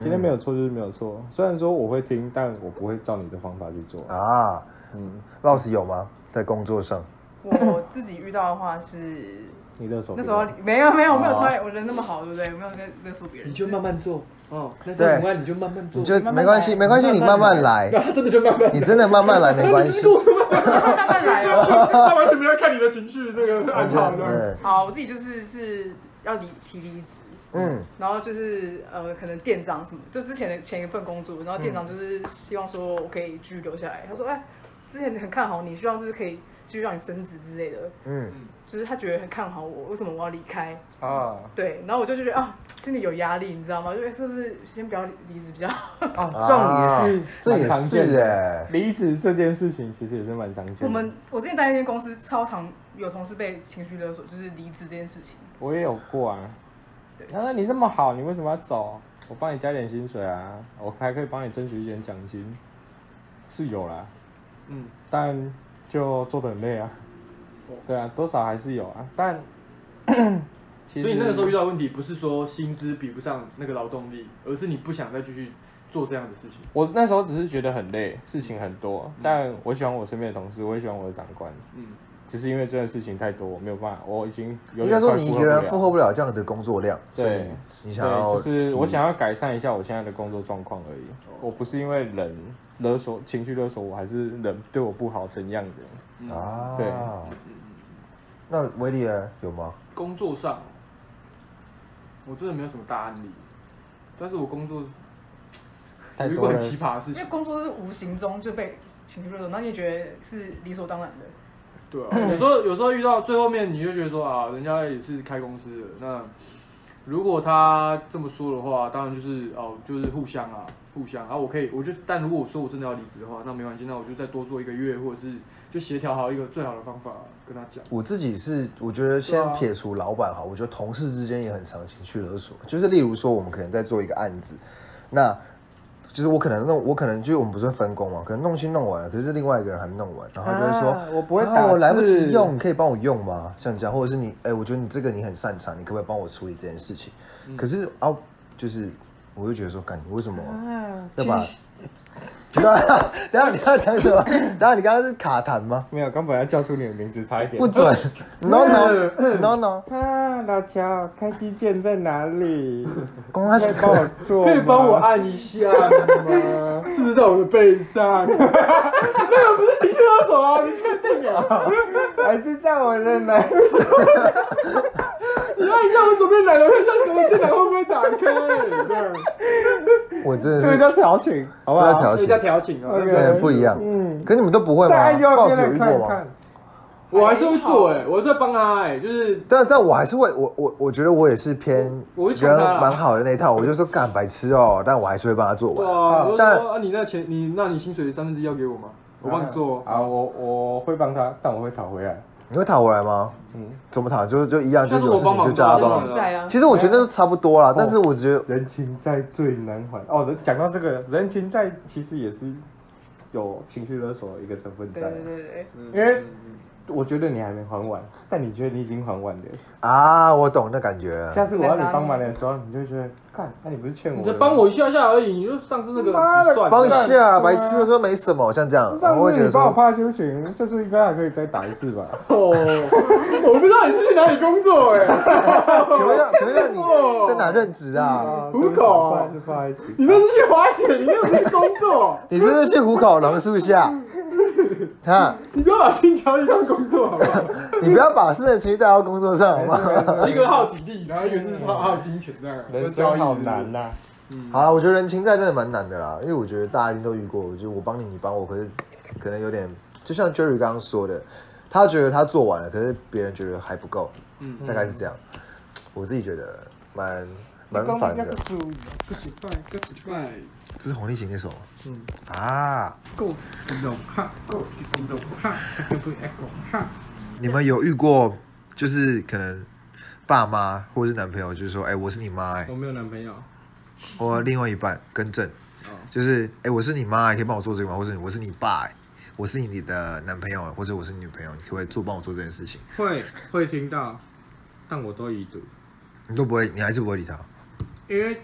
Speaker 3: 今天没有错就是没有错，虽然说我会听，但我不会照你的方法去做。
Speaker 1: 嗯啊，嗯，Loss 有吗？在工作上，
Speaker 4: 我自己遇到的话是
Speaker 3: 你勒索
Speaker 4: 那
Speaker 3: 别
Speaker 4: 时候
Speaker 3: 人
Speaker 4: 没有没有没有超越我人那么好，对不对？我没有在勒索别人，
Speaker 2: 你 就慢慢做，哦，那
Speaker 1: 对
Speaker 2: 这种案你就慢慢做，
Speaker 1: 你 就
Speaker 4: 慢慢
Speaker 1: 没关系，
Speaker 4: 来
Speaker 1: 没关系，你慢慢来，
Speaker 2: 然后真的就慢慢
Speaker 1: 你真的慢慢来没关 系。
Speaker 4: 慢慢来哦。
Speaker 2: 他完全没有看你的情绪那个
Speaker 1: 我
Speaker 2: 暗
Speaker 1: 觉
Speaker 2: 号
Speaker 1: 得
Speaker 2: 这样。
Speaker 1: 对，
Speaker 4: 好，我自己就是是要离提离职，
Speaker 1: 嗯，
Speaker 4: 然后就是呃，可能店长什么，就之前的前一份工作，然后店长就是希望说我可以继续留下来，他说哎，之前很看好你，希望就是可以继续让你升职之类的，
Speaker 1: 嗯，
Speaker 4: 就是他觉得很看好我，为什么我要离开？
Speaker 3: 啊，
Speaker 4: 对，然后我就觉得啊，心里有压力，你知道吗？就是是不是先不要离职比较好？
Speaker 1: 啊
Speaker 3: 这种也是
Speaker 1: 这也
Speaker 3: 蛮常见
Speaker 1: 是
Speaker 3: 的
Speaker 1: 哎，
Speaker 3: 离职这件事情其实也是蛮常见的。
Speaker 4: 我们我之前在一间公司，超常有同事被情绪勒索，就是离职这件事情。
Speaker 3: 我也有过啊。
Speaker 4: 对
Speaker 3: 他说你这么好，你为什么要走？我帮你加点薪水啊，我还可以帮你争取一点奖金，是有啦，
Speaker 2: 嗯，
Speaker 3: 但就做的很累啊
Speaker 2: 哦。
Speaker 3: 对啊，多少还是有啊， 但其
Speaker 2: 所以那个时候遇到的问题不是说薪资比不上那个劳动力，而是你不想再继续做这样的事情。
Speaker 3: 我那时候只是觉得很累，事情很多，但我喜欢我身边的同事，我也喜欢我的长官，
Speaker 2: 嗯，
Speaker 3: 只是因为这件事情太多，我没有办法，我已经有
Speaker 1: 应
Speaker 3: 点
Speaker 1: 该说
Speaker 3: 快
Speaker 1: 你一
Speaker 3: 负荷
Speaker 1: 个人
Speaker 3: 不了
Speaker 1: 负荷不了这样的工作量，所以
Speaker 3: 对
Speaker 1: 你你想要
Speaker 3: 对，就是我
Speaker 1: 提
Speaker 3: 想要改善一下我现在的工作状况而已。我不是因为人勒索、情绪勒索我，还是人对我不好怎样的。
Speaker 2: 嗯
Speaker 1: 啊，
Speaker 3: 对
Speaker 1: 那威力呢有吗？
Speaker 2: 工作上，我真的没有什么大案例，但是我工作
Speaker 3: 太
Speaker 2: 有一
Speaker 3: 多
Speaker 2: 个很
Speaker 3: 了，
Speaker 2: 奇葩的事
Speaker 4: 因为
Speaker 2: 情，
Speaker 4: 工作是无形中就被情绪勒索，然后你也觉得是理所当然的。
Speaker 2: 对啊，有时候有时候遇到最后面，你就觉得说啊，人家也是开公司的，那如果他这么说的话，当然就是哦，就是互相啊，互相啊，我可以，我就但如果我说我真的要离职的话，那没关系，那我就再多做一个月，或者是就协调好一个最好的方法跟他讲。
Speaker 1: 我自己是，我觉得
Speaker 2: 对
Speaker 1: 先
Speaker 2: 啊
Speaker 1: 撇除老板哈，我觉得同事之间也很常情绪勒索，就是例如说我们可能在做一个案子，那就是我可能弄，我可能就是我们不是会分工嘛，可能弄清弄完了，可是另外一个人还没弄完，然后他就会说、
Speaker 3: 啊我不会
Speaker 1: 啊
Speaker 3: 打
Speaker 1: 我来不
Speaker 3: 字
Speaker 1: 及用，你可以帮我用吗？像这样，或者是你，哎、我觉得你这个你很擅长，你可不可以帮我处理这件事情？可是
Speaker 3: 嗯
Speaker 1: 啊，就是我就觉得说，干你为什么
Speaker 3: 啊
Speaker 1: 要把？ 对啊，等一下你要讲什么？等一下你刚刚是卡痰吗？
Speaker 3: 没有，刚本来叫出你的名字，差一点。
Speaker 1: 不 准，no no no no，
Speaker 3: 啊，老乔，开机键在哪里？
Speaker 1: 公安
Speaker 3: 可以帮我做吗？
Speaker 2: 可以帮我按一下吗？是不是在我的背上？那个不是情绪勒索啊！你确定啊？
Speaker 3: 还是在我的哪？
Speaker 2: 你按一下我左边奶头，看一下我这奶会不会打开？这样，
Speaker 1: 我真的
Speaker 3: 这个
Speaker 1: 是
Speaker 3: 叫调情，好不
Speaker 1: 这叫
Speaker 3: 好？
Speaker 1: 调
Speaker 2: 这
Speaker 1: 情
Speaker 2: 叫调情啊！
Speaker 1: 有点不一样。
Speaker 3: 嗯，
Speaker 1: 可你们都不会吗
Speaker 3: 再按右
Speaker 1: ？boss
Speaker 3: 边
Speaker 1: 有
Speaker 3: 来
Speaker 1: 遇
Speaker 3: 看
Speaker 1: 过吗？
Speaker 3: 看。
Speaker 2: 我还是会做哎、我还是会帮他哎、就是
Speaker 1: 但但我还是会，我我我觉得我也是偏
Speaker 2: 我我会
Speaker 1: 觉
Speaker 2: 抢他
Speaker 1: 得
Speaker 2: 啦
Speaker 1: 蛮好的那一套，我就说干白痴哦，但我还是会帮他做
Speaker 2: 对
Speaker 1: 完。
Speaker 2: 啊，我就
Speaker 1: 但
Speaker 2: 说啊，你那钱你那你薪水的三分之一要给我吗？我帮你做哦。
Speaker 3: 啊，我我会帮他，但我会讨回来。
Speaker 1: 你会讨回来吗？
Speaker 3: 嗯，
Speaker 1: 怎么讨？就就一样，就
Speaker 2: 他
Speaker 1: 是
Speaker 2: 说
Speaker 1: 有
Speaker 2: 我
Speaker 1: 事
Speaker 2: 帮
Speaker 1: 情
Speaker 2: 忙
Speaker 1: 就叫他
Speaker 2: 帮
Speaker 1: 帮
Speaker 2: 忙
Speaker 1: 忙。
Speaker 4: 在啊，
Speaker 1: 其实我觉得都差不多
Speaker 3: 哦
Speaker 1: 啦，但是我只觉得
Speaker 3: 人情债最难还。哦，人讲到这个，人情债其实也是有情绪勒索的一个成分
Speaker 4: 对
Speaker 3: 在。
Speaker 4: 对对对，
Speaker 2: 嗯
Speaker 3: 因为我觉得你还没还完，但你觉得你已经还完了。
Speaker 1: 啊，我懂那感觉了。
Speaker 3: 下次我要你帮忙的时候，你就会觉得，干，那、你不是欠我？
Speaker 2: 你再帮我一，下下而已，你就上次那个
Speaker 3: 妈的
Speaker 2: 算了
Speaker 1: 帮一
Speaker 3: 对
Speaker 1: 下，
Speaker 3: 啊
Speaker 1: 白痴说没什么，像这样，
Speaker 3: 上
Speaker 1: 我会觉
Speaker 3: 次
Speaker 1: 得
Speaker 3: 你帮我
Speaker 1: 说，
Speaker 3: 怕就行，这次应该还可以再打一次吧？
Speaker 2: 哦，我不知道你是去哪里工作哎、
Speaker 1: 请 问一下，请问一下你在哪任职
Speaker 3: 哦
Speaker 1: 啊？
Speaker 2: 虎口
Speaker 3: 不好意思，不好意思。
Speaker 2: 你那是去花钱，你那不是工作，
Speaker 1: 你是不是去啊虎口榕树 下？看，
Speaker 2: 你不要把新疆当工作好不好？
Speaker 1: 你不要把私人情绪带到工作上好吗？
Speaker 2: 一个耗体力，然后一个是耗耗金钱这样，
Speaker 3: 人生好难啊呐、
Speaker 1: 好啦，我觉得人情债真的蛮难的啦，因为我觉得大家一定都遇过，就我帮你，你帮我，可是可能有点，就像 Jerry 刚刚说的，他觉得他做完了，可是别人觉得还不够，
Speaker 2: 嗯
Speaker 1: 大概是这样。我自己觉得蛮
Speaker 3: 你
Speaker 1: 蛮
Speaker 3: 讲
Speaker 1: 烦
Speaker 3: 那
Speaker 1: 的
Speaker 3: 个。主语
Speaker 2: 个几块，个几块，
Speaker 1: 这是红丽琴那首吗？啊，
Speaker 2: 够激动哈，够激动哈，不爱狗哈。
Speaker 1: 你们有遇过就是可能爸妈或者是男朋友，就是说，哎、我是你妈、哎，
Speaker 2: 我没有男朋友，
Speaker 1: 或另外一半更正，
Speaker 3: 哦
Speaker 1: 就是，哎、我是你妈、哎可以帮我做这个吗？或是我是你爸、哎我是你的男朋友，或者我是你女朋友，你可不可以做帮我做这件事情？
Speaker 3: 会会听到，但我都已读，
Speaker 1: 你都不会，你还是不会理他。
Speaker 3: 因为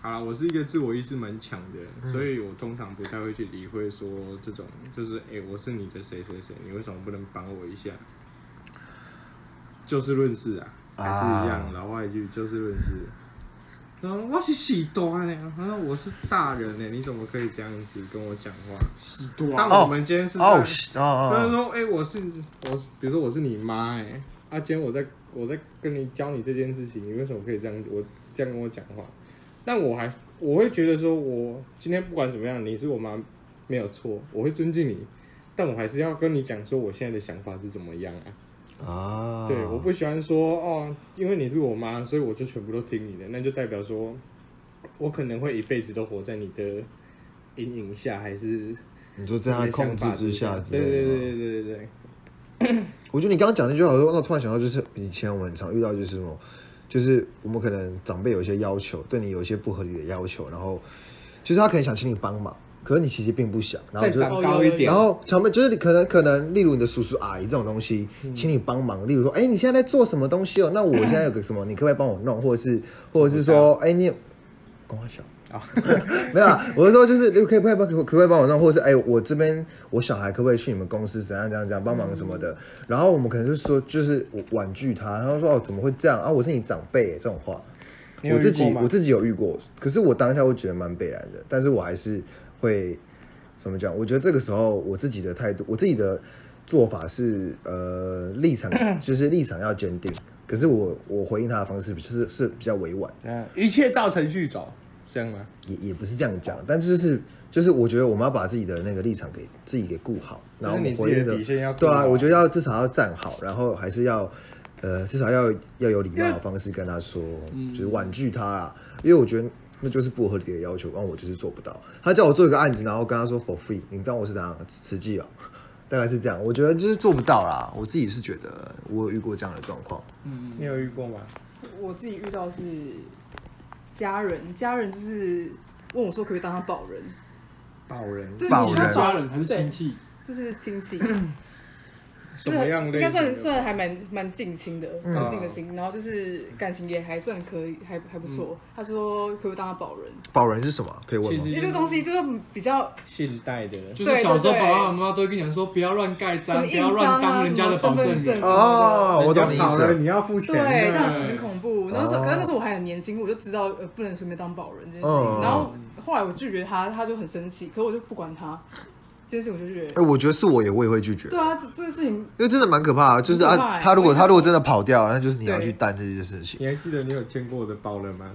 Speaker 3: 好了，我是一个自我意识蛮强的人，所以我通常不太会去理会说这种，就是哎、诶我是你的谁谁谁，你为什么不能帮我一下？就事论事啊，还是一样、
Speaker 1: 啊
Speaker 3: 老话一句，就事论事。然后我是喜多呢，他说我是大人呢，你怎么可以这样子跟我讲话？
Speaker 2: 喜多
Speaker 3: 但
Speaker 2: 啊，
Speaker 3: 我们今天是在
Speaker 1: 哦哦
Speaker 3: 不能
Speaker 1: 哦，
Speaker 3: 说，哎、我是我是，比如说我是你妈、哎，啊，今天我在我在跟你教你这件事情，你为什么可以这样我这样跟我讲话？但我还我会觉得说，我今天不管怎么样，你是我妈没有错，我会尊敬你，但我还是要跟你讲说，我现在的想法是怎么样啊？
Speaker 1: 哦啊
Speaker 3: 对，我不喜欢说哦，因为你是我妈，所以我就全部都听你的，那就代表说，我可能会一辈子都活在你的阴影下，还是
Speaker 1: 你说在他的控制之下之
Speaker 3: 对
Speaker 1: 类的
Speaker 3: 对
Speaker 1: 吗。
Speaker 3: 对对对对对。
Speaker 1: 我觉得你刚刚讲那句话，我突然想到，就是以前我们很常遇到就是什么，就是我们可能长辈有一些要求，对你有一些不合理的要求，然后就是他可能想请你帮忙，可是你其实并不想，然后
Speaker 3: 再
Speaker 1: 就
Speaker 3: 长高一点，
Speaker 1: 然后长辈就是你可能可能，例如你的叔叔阿姨这种东西，请你帮忙。例如说，哎、你现在在做什么东西哦？那我现在有个什么，你可不可以帮我弄？或者是，或者是说，哎、你有光华小
Speaker 3: 啊
Speaker 1: 没有啦，我是说就是，可以可以帮可不可以帮我弄？或者是，哎、我这边我小孩可不可以去你们公司怎样怎样怎样帮忙什么的？然后我们可能就说就是我婉拒他，然后说哦怎么会这样啊？我是你长辈耶这种话。
Speaker 3: 你有
Speaker 1: 我
Speaker 3: 遇
Speaker 1: 自
Speaker 3: 过
Speaker 1: 己
Speaker 3: 吗
Speaker 1: 我自己有遇过，可是我当下会觉得蛮悲然的，但是我还是会怎么讲？我觉得这个时候我自己的态度，我自己的做法是呃立 场就是立场要坚定，可是我我回应他的方式是是比较委婉，
Speaker 3: 嗯，一切照程序走，这样吗？
Speaker 1: 也也不是这样讲，但就是就是我觉得我们要把自己的那个立场给自己给顾好，然后我们回应
Speaker 3: 就是你自己的底线要顾
Speaker 1: 对啊，
Speaker 3: 好
Speaker 1: 我觉得要至少要站好，然后还是要呃至少要要有礼貌的方式跟他说，
Speaker 3: 嗯
Speaker 1: 就是婉拒他啦，因为我觉得那就是不合理的要求，然后我就是做不到。他叫我做一个案子，然后跟他说 for free，你当我是怎样实际啊？大概是这样，我觉得就是做不到啦。我自己是觉得我有遇过这样的状况，
Speaker 3: 你有遇过吗？
Speaker 4: 我自己遇到是家人，家人就是问我说可不可以当他保人，
Speaker 3: 保人
Speaker 4: 就是
Speaker 1: 保
Speaker 4: 其
Speaker 1: 人
Speaker 4: 他
Speaker 2: 家人还是亲戚？
Speaker 4: 就是亲戚，
Speaker 3: 什么样
Speaker 4: 应
Speaker 3: 类
Speaker 4: 该
Speaker 3: 型的？嗯
Speaker 4: 算算还蛮蛮近亲的，蛮近的亲，然后就是感情也还算可以，还还不
Speaker 3: 嗯
Speaker 4: 错。他说可不可以当他保人，
Speaker 1: 保人是什么？可以问
Speaker 3: 其
Speaker 1: 吗？
Speaker 4: 因为这个
Speaker 3: 实
Speaker 4: 东西就是比较
Speaker 3: 信贷的，
Speaker 2: 就是小时候爸爸妈妈都会跟你讲说，不要乱盖
Speaker 4: 什么
Speaker 2: 章，不
Speaker 4: 印
Speaker 2: 要乱
Speaker 4: 章
Speaker 2: 当
Speaker 4: 啊，
Speaker 2: 人
Speaker 4: 什
Speaker 2: 家
Speaker 4: 么
Speaker 2: 的保
Speaker 4: 身份
Speaker 2: 证
Speaker 4: 证
Speaker 2: 人。
Speaker 4: 什么的
Speaker 1: 哦，我懂你意
Speaker 3: 保
Speaker 1: 思了
Speaker 3: 人。你要付钱啊
Speaker 4: 对，
Speaker 3: 的，
Speaker 4: 这样很恐怖。那时候，
Speaker 1: 哦
Speaker 4: 可是那时候我还很年轻，我就知道呃不能随便当保人这件事
Speaker 1: 嗯
Speaker 4: 情。然后后来我拒绝他，他就很生气，可我就不管他这件事情，我就觉
Speaker 1: 哎、
Speaker 4: 得
Speaker 1: 我觉得是我也我也会拒绝。
Speaker 4: 对啊，这这个事情
Speaker 1: 因为真的蛮可怕的，就是他
Speaker 4: 很可怕欸
Speaker 1: 他如果
Speaker 4: 我也
Speaker 1: 他如果真的跑掉，那就是你要
Speaker 4: 对
Speaker 1: 去担这件事 情
Speaker 3: 你还记得你有签过我的保人吗？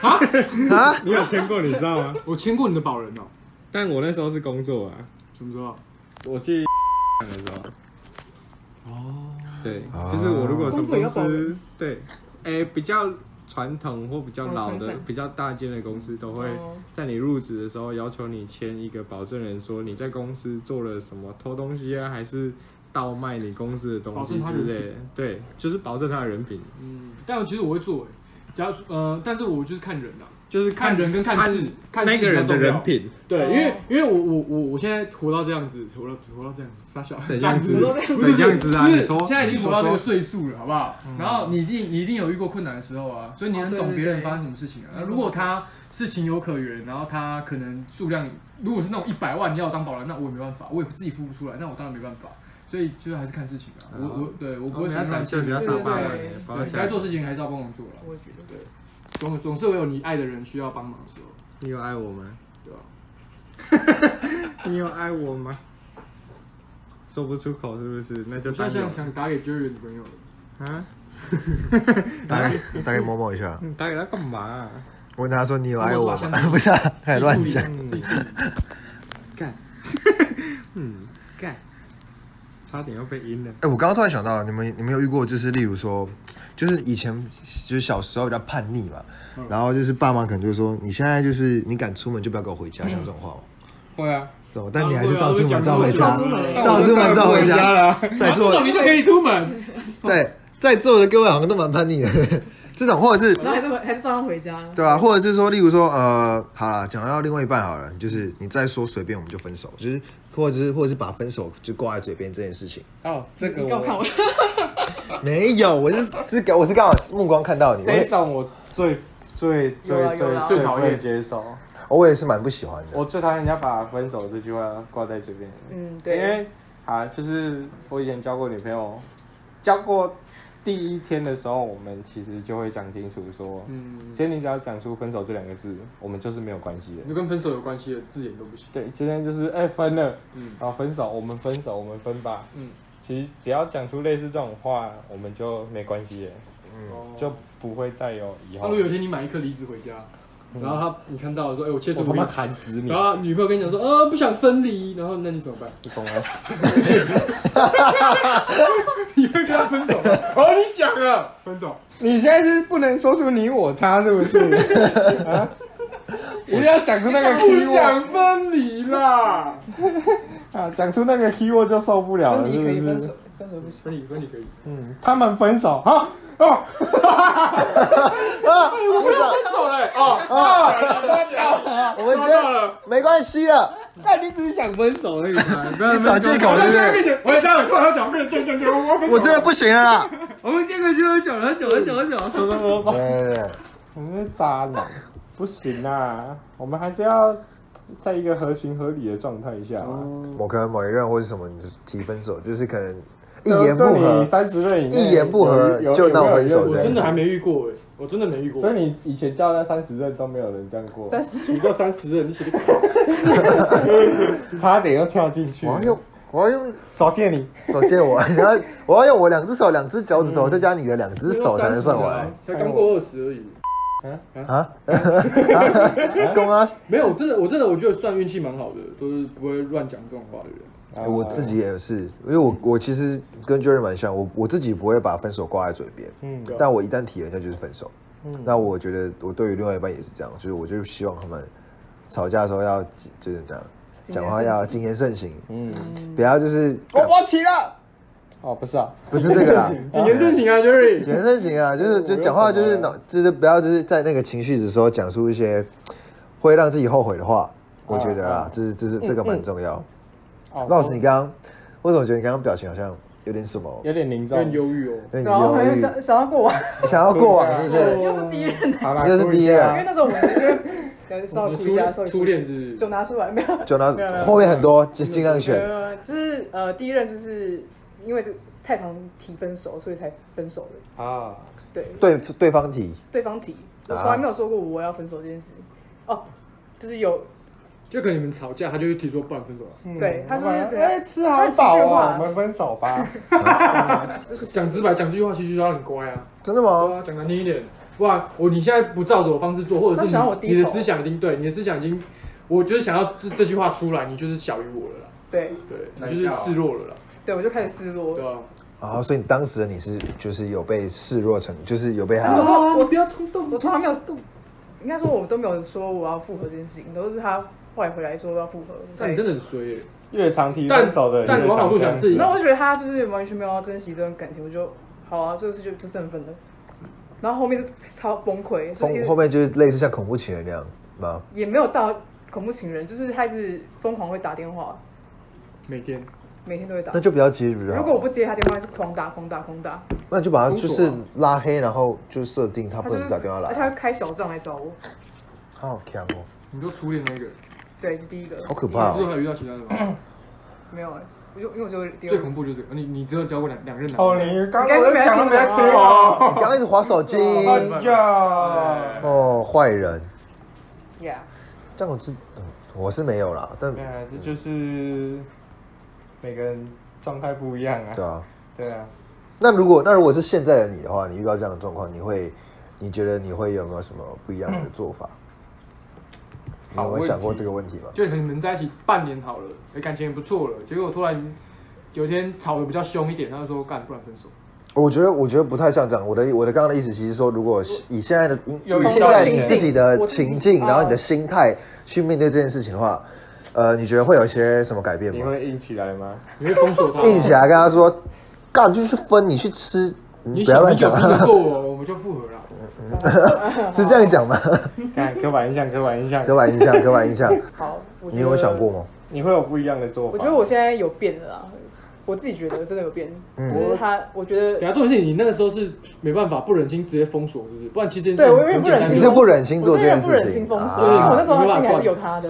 Speaker 1: 啊。
Speaker 3: 你有签过，你知道吗？
Speaker 2: 我签过你的保人哦，
Speaker 3: 但我那时候是工作啊，
Speaker 2: 什么时候？
Speaker 3: 我去的时候，对
Speaker 2: 啊
Speaker 1: 哦，
Speaker 3: 就是我如果
Speaker 4: 工
Speaker 3: 从
Speaker 4: 作也
Speaker 3: 公
Speaker 4: 要保
Speaker 3: 司对，诶比较传统或比较老
Speaker 4: 哦传
Speaker 3: 的
Speaker 4: 承、
Speaker 3: 比较大间的公司，都会
Speaker 4: 哦
Speaker 3: 在你入职的时候要求你签一个保证人，说你在公司做了什么，偷东西啊，还是倒卖你公司的东西
Speaker 2: 保证他
Speaker 3: 之
Speaker 2: 人
Speaker 3: 类的。对，就是保证他的人品，
Speaker 2: 嗯，这样其实我会做诶、假如呃，但是我就是看人呐、
Speaker 3: 就是
Speaker 2: 看人跟看事，看事
Speaker 3: 那个
Speaker 2: 比较
Speaker 3: 人的
Speaker 2: 重要
Speaker 3: 人品。
Speaker 2: 对，
Speaker 4: 哦
Speaker 2: 因为因为我我我我现在活到这样子，活到活到这样子，傻小
Speaker 3: 怎样子
Speaker 4: 我都这样子
Speaker 3: 怎样子啊？
Speaker 2: 就
Speaker 3: 你
Speaker 2: 是
Speaker 3: 说
Speaker 2: 现在已经活
Speaker 3: 说
Speaker 2: 到这个
Speaker 3: 说嗯
Speaker 2: 岁数了，好不好？然后你一定你一定有遇过困难的时候啊，所以你
Speaker 4: 哦
Speaker 2: 很
Speaker 4: 对
Speaker 2: 懂
Speaker 4: 对
Speaker 2: 别人
Speaker 4: 对
Speaker 2: 发生什么事
Speaker 3: 哦
Speaker 2: 情啊。
Speaker 4: 没
Speaker 2: 那
Speaker 4: 错
Speaker 2: 如果他是情有可原，然后他可能数量如果是那种一百万你要我当保人，那我也没办法，我也自己付不出来，那我当然没办法。所以就是还是看事情啊，我
Speaker 3: 哦
Speaker 2: 我啊对我不
Speaker 3: 我
Speaker 2: 会
Speaker 3: 们要
Speaker 2: 想
Speaker 3: 展现，哦不要
Speaker 4: 对
Speaker 3: 撒
Speaker 4: 对
Speaker 3: 霸
Speaker 4: 对
Speaker 3: 王
Speaker 4: 对
Speaker 3: 不要
Speaker 2: 该
Speaker 3: 撒
Speaker 2: 做事情还是要帮忙做了，
Speaker 4: 我也觉得对。
Speaker 2: 总总是会有你爱的人需要帮忙的时候，
Speaker 3: 你有爱我吗？
Speaker 2: 对吧？
Speaker 3: 你有爱我吗？说不出口是不是？那就
Speaker 2: 我
Speaker 3: 当
Speaker 2: 现在
Speaker 3: 有
Speaker 2: 想想打给 Jerry 的朋友了，
Speaker 3: 啊！
Speaker 1: 打给打给某某一下，
Speaker 3: 你打给他干嘛、啊
Speaker 1: 我问他说你有爱我
Speaker 2: 我说
Speaker 1: 吗
Speaker 2: 我想？
Speaker 1: 不是、啊，开始乱讲。
Speaker 2: 自己处理
Speaker 3: 嗯干，嗯，干，差点要被阴了。
Speaker 1: 哎、我刚刚突然想到，你们你们有遇过就是例如说，就是以前就是小时候比较叛逆嘛，然后就是爸妈可能就说你现在就是你敢出门就不要跟我回家，像这种话嘛，
Speaker 3: 会啊，
Speaker 1: 这种，但你还是照出门照回
Speaker 4: 照
Speaker 1: 家
Speaker 4: 出，门
Speaker 1: 照出门照回家，
Speaker 3: 了啊。
Speaker 1: 在
Speaker 2: 至少
Speaker 1: 座
Speaker 2: 你就可以出门。
Speaker 1: 对在座的各位好像都蛮叛逆的， 这种或者是
Speaker 4: 然后还是还是照样回家。
Speaker 1: 对啊，或者是说，例如说，呃，好了，讲到另外一半好了，就是你再说随便我们就分手，就是或者是或者是把分手就挂在嘴边这件事 情，
Speaker 3: 哦，这个
Speaker 4: 你刚看我
Speaker 3: 我，
Speaker 1: 没有，我是是我是刚好目光看到你，我
Speaker 3: 这一
Speaker 1: 也
Speaker 3: 种我最最
Speaker 4: 有
Speaker 3: 最
Speaker 4: 啊有
Speaker 3: 最
Speaker 4: 啊
Speaker 3: 最
Speaker 2: 最讨厌
Speaker 3: 不能接受。
Speaker 1: 我也是蛮不喜欢的。
Speaker 3: 我最讨厌人家把分手这句话挂在嘴边。
Speaker 4: 嗯，对，
Speaker 3: 因为啊，就是我以前交过女朋友，交过第一天的时候，我们其实就会讲清楚说，
Speaker 2: 嗯，
Speaker 3: 今天你只要讲出分手这两个字，我们就是没有关系的。
Speaker 2: 就跟分手有关系的字眼都不行。
Speaker 3: 对，今天就是哎、分了，
Speaker 2: 嗯
Speaker 3: 然后分手，我们分手，我们分吧。
Speaker 2: 嗯，
Speaker 3: 其实只要讲出类似这种话，我们就没关系了，就
Speaker 2: 就
Speaker 3: 不会再有以
Speaker 2: 那如
Speaker 3: 后
Speaker 2: 果。有一天你买一颗梨子回家，然后他你看到说，哎，我切除
Speaker 3: 我他
Speaker 2: 梨
Speaker 3: 妈
Speaker 2: 子，
Speaker 3: 砍死你
Speaker 2: 然！后女朋友跟你讲说，呃，不想分离，然后那你怎么办？
Speaker 3: 你懂吗？
Speaker 2: 你会跟他分手？哦，你讲了，分手。
Speaker 3: 你现在是不能说出你我他是不 是？啊，一定要讲出那个
Speaker 2: 不
Speaker 3: key word。
Speaker 2: 想分离啦。
Speaker 3: 啊，讲出那个 keyword 就受不了
Speaker 4: 分
Speaker 3: 了，
Speaker 4: 离可以
Speaker 3: 是不
Speaker 4: 分
Speaker 3: 是
Speaker 4: 手，分手 不行。
Speaker 2: 分离，分离可以。
Speaker 3: 嗯，他们分手啊啊
Speaker 1: 啊，我跟你讲
Speaker 2: 分手嘞，哦，
Speaker 1: 我们觉
Speaker 2: 知道
Speaker 1: 得
Speaker 2: 了。
Speaker 1: 没关系了，
Speaker 3: 但你只是想分手而已
Speaker 2: 哎
Speaker 3: 嘛，不要
Speaker 1: 你找借口是不是？
Speaker 2: 我也这样，突然要讲，对对对，我要分手。
Speaker 1: 我真的不行了 啦。
Speaker 3: 我们这个就很久了，很久很久很久，走走走
Speaker 1: 对
Speaker 3: 走，
Speaker 1: 对对，
Speaker 3: 我们是渣男，不行啊，我们还是要在一个合情合理的状态下嘛。
Speaker 1: 某可能某一任或是什么你就提分手，就是可能一
Speaker 3: 就
Speaker 1: 言不
Speaker 3: 就你
Speaker 1: 合，
Speaker 3: 三十岁以内
Speaker 1: 一言不合
Speaker 3: 有有
Speaker 1: 就闹
Speaker 3: 有没有
Speaker 1: 分手
Speaker 3: 有
Speaker 1: 这
Speaker 2: 我
Speaker 3: 没有
Speaker 1: 样
Speaker 2: 真的还没遇过哎，我真的没遇过。
Speaker 3: 所以你以前叫那三十任都没有人这样过，
Speaker 4: 但是
Speaker 2: 你过三十人，你写的
Speaker 3: 差点又跳进去
Speaker 1: 我。要用我要用
Speaker 3: 少见你，
Speaker 1: 手借我， 然后我要用我两只手、两只脚趾头，再加嗯你的两只手才能算完。，
Speaker 2: 才刚过二十而已。
Speaker 1: 啊，公啊！
Speaker 2: 没有，真的，我真的我觉得算运气蛮好的，都是不会乱讲这种话的人。
Speaker 3: 啊
Speaker 1: 哎我自己也是，因为我我其实跟 Jerry 蛮像，我我自己不会把分手挂在嘴边，
Speaker 3: 嗯
Speaker 1: 但我一旦提了，那就是分手。那我觉得我对于另外一半也是这样，就是我就希望他们吵架的时候要就是这样，
Speaker 4: 谨言
Speaker 1: 讲话
Speaker 4: 慎
Speaker 1: 要
Speaker 4: 行
Speaker 1: 谨言慎行，
Speaker 3: 嗯，
Speaker 1: 不要就是
Speaker 3: 我勃起了。哦，不是啊，
Speaker 1: 不是这个 啦，
Speaker 2: 谨言慎行啊，Jerry。
Speaker 1: 谨言慎行啊，
Speaker 3: 哦
Speaker 1: 就是就讲话就是脑就是不要就是在那个情绪的时候讲出一些会让自己后悔的话，我觉得啦
Speaker 3: 啊，
Speaker 1: 这是这是这
Speaker 4: 嗯
Speaker 1: 个蛮重要。
Speaker 3: 哦
Speaker 1: 老师，你刚刚我怎么觉得你刚刚表情好像有点什么？
Speaker 3: 有点凝
Speaker 2: 更
Speaker 3: 重。
Speaker 2: 忧郁哦，
Speaker 1: 有点
Speaker 4: 然后
Speaker 1: 犹
Speaker 4: 还
Speaker 1: 豫，
Speaker 4: 想想到过往，
Speaker 1: 想要过往是不是？
Speaker 4: 又是第一任的，
Speaker 3: 好啦
Speaker 1: 又是第一任
Speaker 4: 因为那时候我们因为稍微哭一下，
Speaker 2: 初
Speaker 4: 稍微
Speaker 2: 初
Speaker 4: 哭一
Speaker 2: 恋是
Speaker 4: 下，就拿出来没有。
Speaker 1: 就拿
Speaker 4: 没有没有
Speaker 1: 后面很多，尽尽量选。
Speaker 4: 呃，就是呃，第一任就是因为这太常提分手，所以才分手的。
Speaker 3: 啊，
Speaker 4: 对，
Speaker 1: 对对方提，
Speaker 4: 对方提，我
Speaker 1: 啊
Speaker 4: 从来没有说过我要分手这件事。哦，就是有
Speaker 2: 就可能你们吵架，他就会提出不然分手啊。
Speaker 3: 嗯
Speaker 4: 对他就是
Speaker 3: 哎，吃好饱
Speaker 4: 他很情绪
Speaker 3: 啊，
Speaker 4: 化
Speaker 3: 我们分手吧。
Speaker 2: 讲直白，讲这句话，其实他很乖啊。
Speaker 1: 真的
Speaker 2: 好
Speaker 4: 哦
Speaker 1: 吗？
Speaker 2: 啊，讲难听一点，不然我你现在不照着我方式做，或者
Speaker 4: 他
Speaker 2: 是
Speaker 4: 想要我
Speaker 2: 你
Speaker 4: 低头
Speaker 2: 你的思想已经对，你的思想已经，我觉得想要这这句话出来，你就是小于我了啦，
Speaker 4: 对
Speaker 2: 啊对，你就是示弱了啦，
Speaker 4: 对，我就开始失落
Speaker 2: 对。吧？啊
Speaker 1: 然后所以当时的你是就是有被视若成，就是有被
Speaker 4: 但
Speaker 1: 他
Speaker 4: 是我说
Speaker 2: 啊我不要冲动，
Speaker 4: 我从来没有，应该说我都没有说我要复合这件事情，都是他后来回来说要复合。
Speaker 2: 但你真的很衰耶。
Speaker 3: 越常提
Speaker 2: 但
Speaker 3: 分手的人
Speaker 2: 但
Speaker 3: 越
Speaker 2: 往好
Speaker 3: 常
Speaker 2: 处
Speaker 3: 这样
Speaker 2: 想
Speaker 3: 子
Speaker 2: 是
Speaker 4: 然后我就觉得他就是完全没有要珍惜这段感情，我就好啊，这个事就就振奋了。然后后面就超崩溃，所以
Speaker 1: 后后面就是类似像恐怖情人那样吗？
Speaker 4: 也没有到恐怖情人，就是他一直疯狂会打电话，
Speaker 2: 每天
Speaker 4: 每天都会打
Speaker 1: 那。就比较积极，
Speaker 4: 如果我不接他电话，还是狂打狂打狂打。
Speaker 1: 那你就把他
Speaker 2: 封锁
Speaker 1: 就
Speaker 2: 啊
Speaker 1: 是拉黑，然后就设定他不
Speaker 4: 他就是
Speaker 1: 能打电话
Speaker 4: 而且他
Speaker 1: 来，啊
Speaker 4: 会开小账来找我。
Speaker 1: 他好强哦，
Speaker 2: 你都初恋那个，
Speaker 4: 对，是第一个。
Speaker 1: 好可怕
Speaker 2: 你之后
Speaker 1: 哦。
Speaker 2: 还遇到其他的吗？
Speaker 4: 没有哎、我就因为我只有第
Speaker 2: 最
Speaker 4: 二个。
Speaker 2: 恐怖就是这个，你你只有交过两两任男
Speaker 3: 哦，
Speaker 2: 友。
Speaker 3: 你刚刚我在讲都没在听
Speaker 1: 你刚
Speaker 3: 哦。
Speaker 1: 刚一直滑 手机
Speaker 4: 哦
Speaker 3: 哎呀，
Speaker 1: 哦，坏人。
Speaker 4: Yeah，
Speaker 1: 但我是嗯我是没有啦，但
Speaker 3: 对啊，这就是每个人状态不一样啊。
Speaker 1: 对啊。
Speaker 3: 对啊，
Speaker 1: 那如果那如果是现在的你的话，你遇到这样的状况，你会你觉得你会有没有什么不一样的做法？
Speaker 2: 嗯
Speaker 1: 你有
Speaker 3: 好
Speaker 1: 没有
Speaker 3: 问
Speaker 1: 想过
Speaker 3: 题
Speaker 1: 这个问题吗？
Speaker 2: 就你们在一起半年好了，哎感情也不错了，结果突然有一天吵得比较凶一点，他就说干，不然分 手。
Speaker 1: 我觉得，我觉得不太像这样。我的我的刚刚的意思，其实说，如果是以现在的以
Speaker 3: 有
Speaker 1: 以现在你自己的情境，然后你的心态去面对这件事情的话，呃，你觉得会有一些什么改变
Speaker 3: 你
Speaker 1: 吗？
Speaker 3: 会硬起来吗？
Speaker 2: 你会封锁他吗？
Speaker 1: 硬起来跟他说，干就是分你去吃，你
Speaker 2: 你
Speaker 1: 不要
Speaker 2: 想
Speaker 1: 乱
Speaker 2: 很久
Speaker 1: 讲
Speaker 2: 不
Speaker 1: 啊，
Speaker 2: 能够我，我们就复 合了。
Speaker 1: 是这样讲 吗？
Speaker 3: 看刻板印象，刻板印象，
Speaker 1: 刻板印象，刻板印象，
Speaker 4: 好，我觉得
Speaker 1: 你有没有想过？吗？
Speaker 3: 你会有不一样的做法。
Speaker 4: 我觉 得我现在有变了啦，我自己觉得真的有变，
Speaker 1: 嗯
Speaker 4: 就是他，我觉
Speaker 2: 等
Speaker 4: 得
Speaker 2: 下重点是你那个时候是没办法，不忍心直接封锁，是不是？不然其实这件
Speaker 4: 对
Speaker 2: 事
Speaker 4: 我因为
Speaker 2: 很
Speaker 4: 不
Speaker 2: 简单
Speaker 4: 忍
Speaker 1: 你
Speaker 4: 心
Speaker 1: 是
Speaker 4: 封
Speaker 1: 不
Speaker 4: 锁，
Speaker 1: 忍心做
Speaker 4: 我
Speaker 1: 这
Speaker 4: 真的
Speaker 1: 件事
Speaker 4: 不忍心
Speaker 1: 情
Speaker 4: 封锁，因为我
Speaker 1: 啊
Speaker 4: 那时候他心里还是有他的，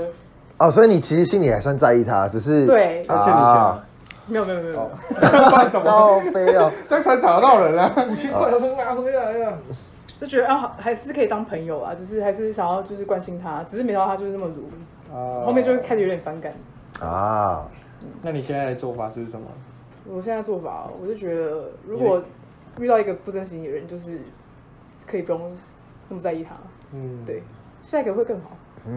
Speaker 1: 哦，所以你其实心里还算在意他，只是
Speaker 4: 对
Speaker 3: 他欠你钱啊，
Speaker 4: 没有没有没有没
Speaker 1: 哦
Speaker 4: 有，
Speaker 3: 不然怎么？
Speaker 1: 高飞哦，
Speaker 3: 这才找到人啊！
Speaker 2: 五千块都拿回来了。
Speaker 4: 就觉得啊还是可以当朋友啊，就是还是想要就是关心他，只是没想到他就是那么鲁，后
Speaker 2: 哦
Speaker 3: 后
Speaker 4: 面就会开始有点反感。
Speaker 1: 啊，
Speaker 3: 哦那你现在的做法是什么？
Speaker 4: 我现在做法，哦我就觉得如果遇到一个不珍惜你的人，就是可以不用那么在意他，
Speaker 3: 嗯，
Speaker 4: 对，下一个会更好，
Speaker 1: 嗯，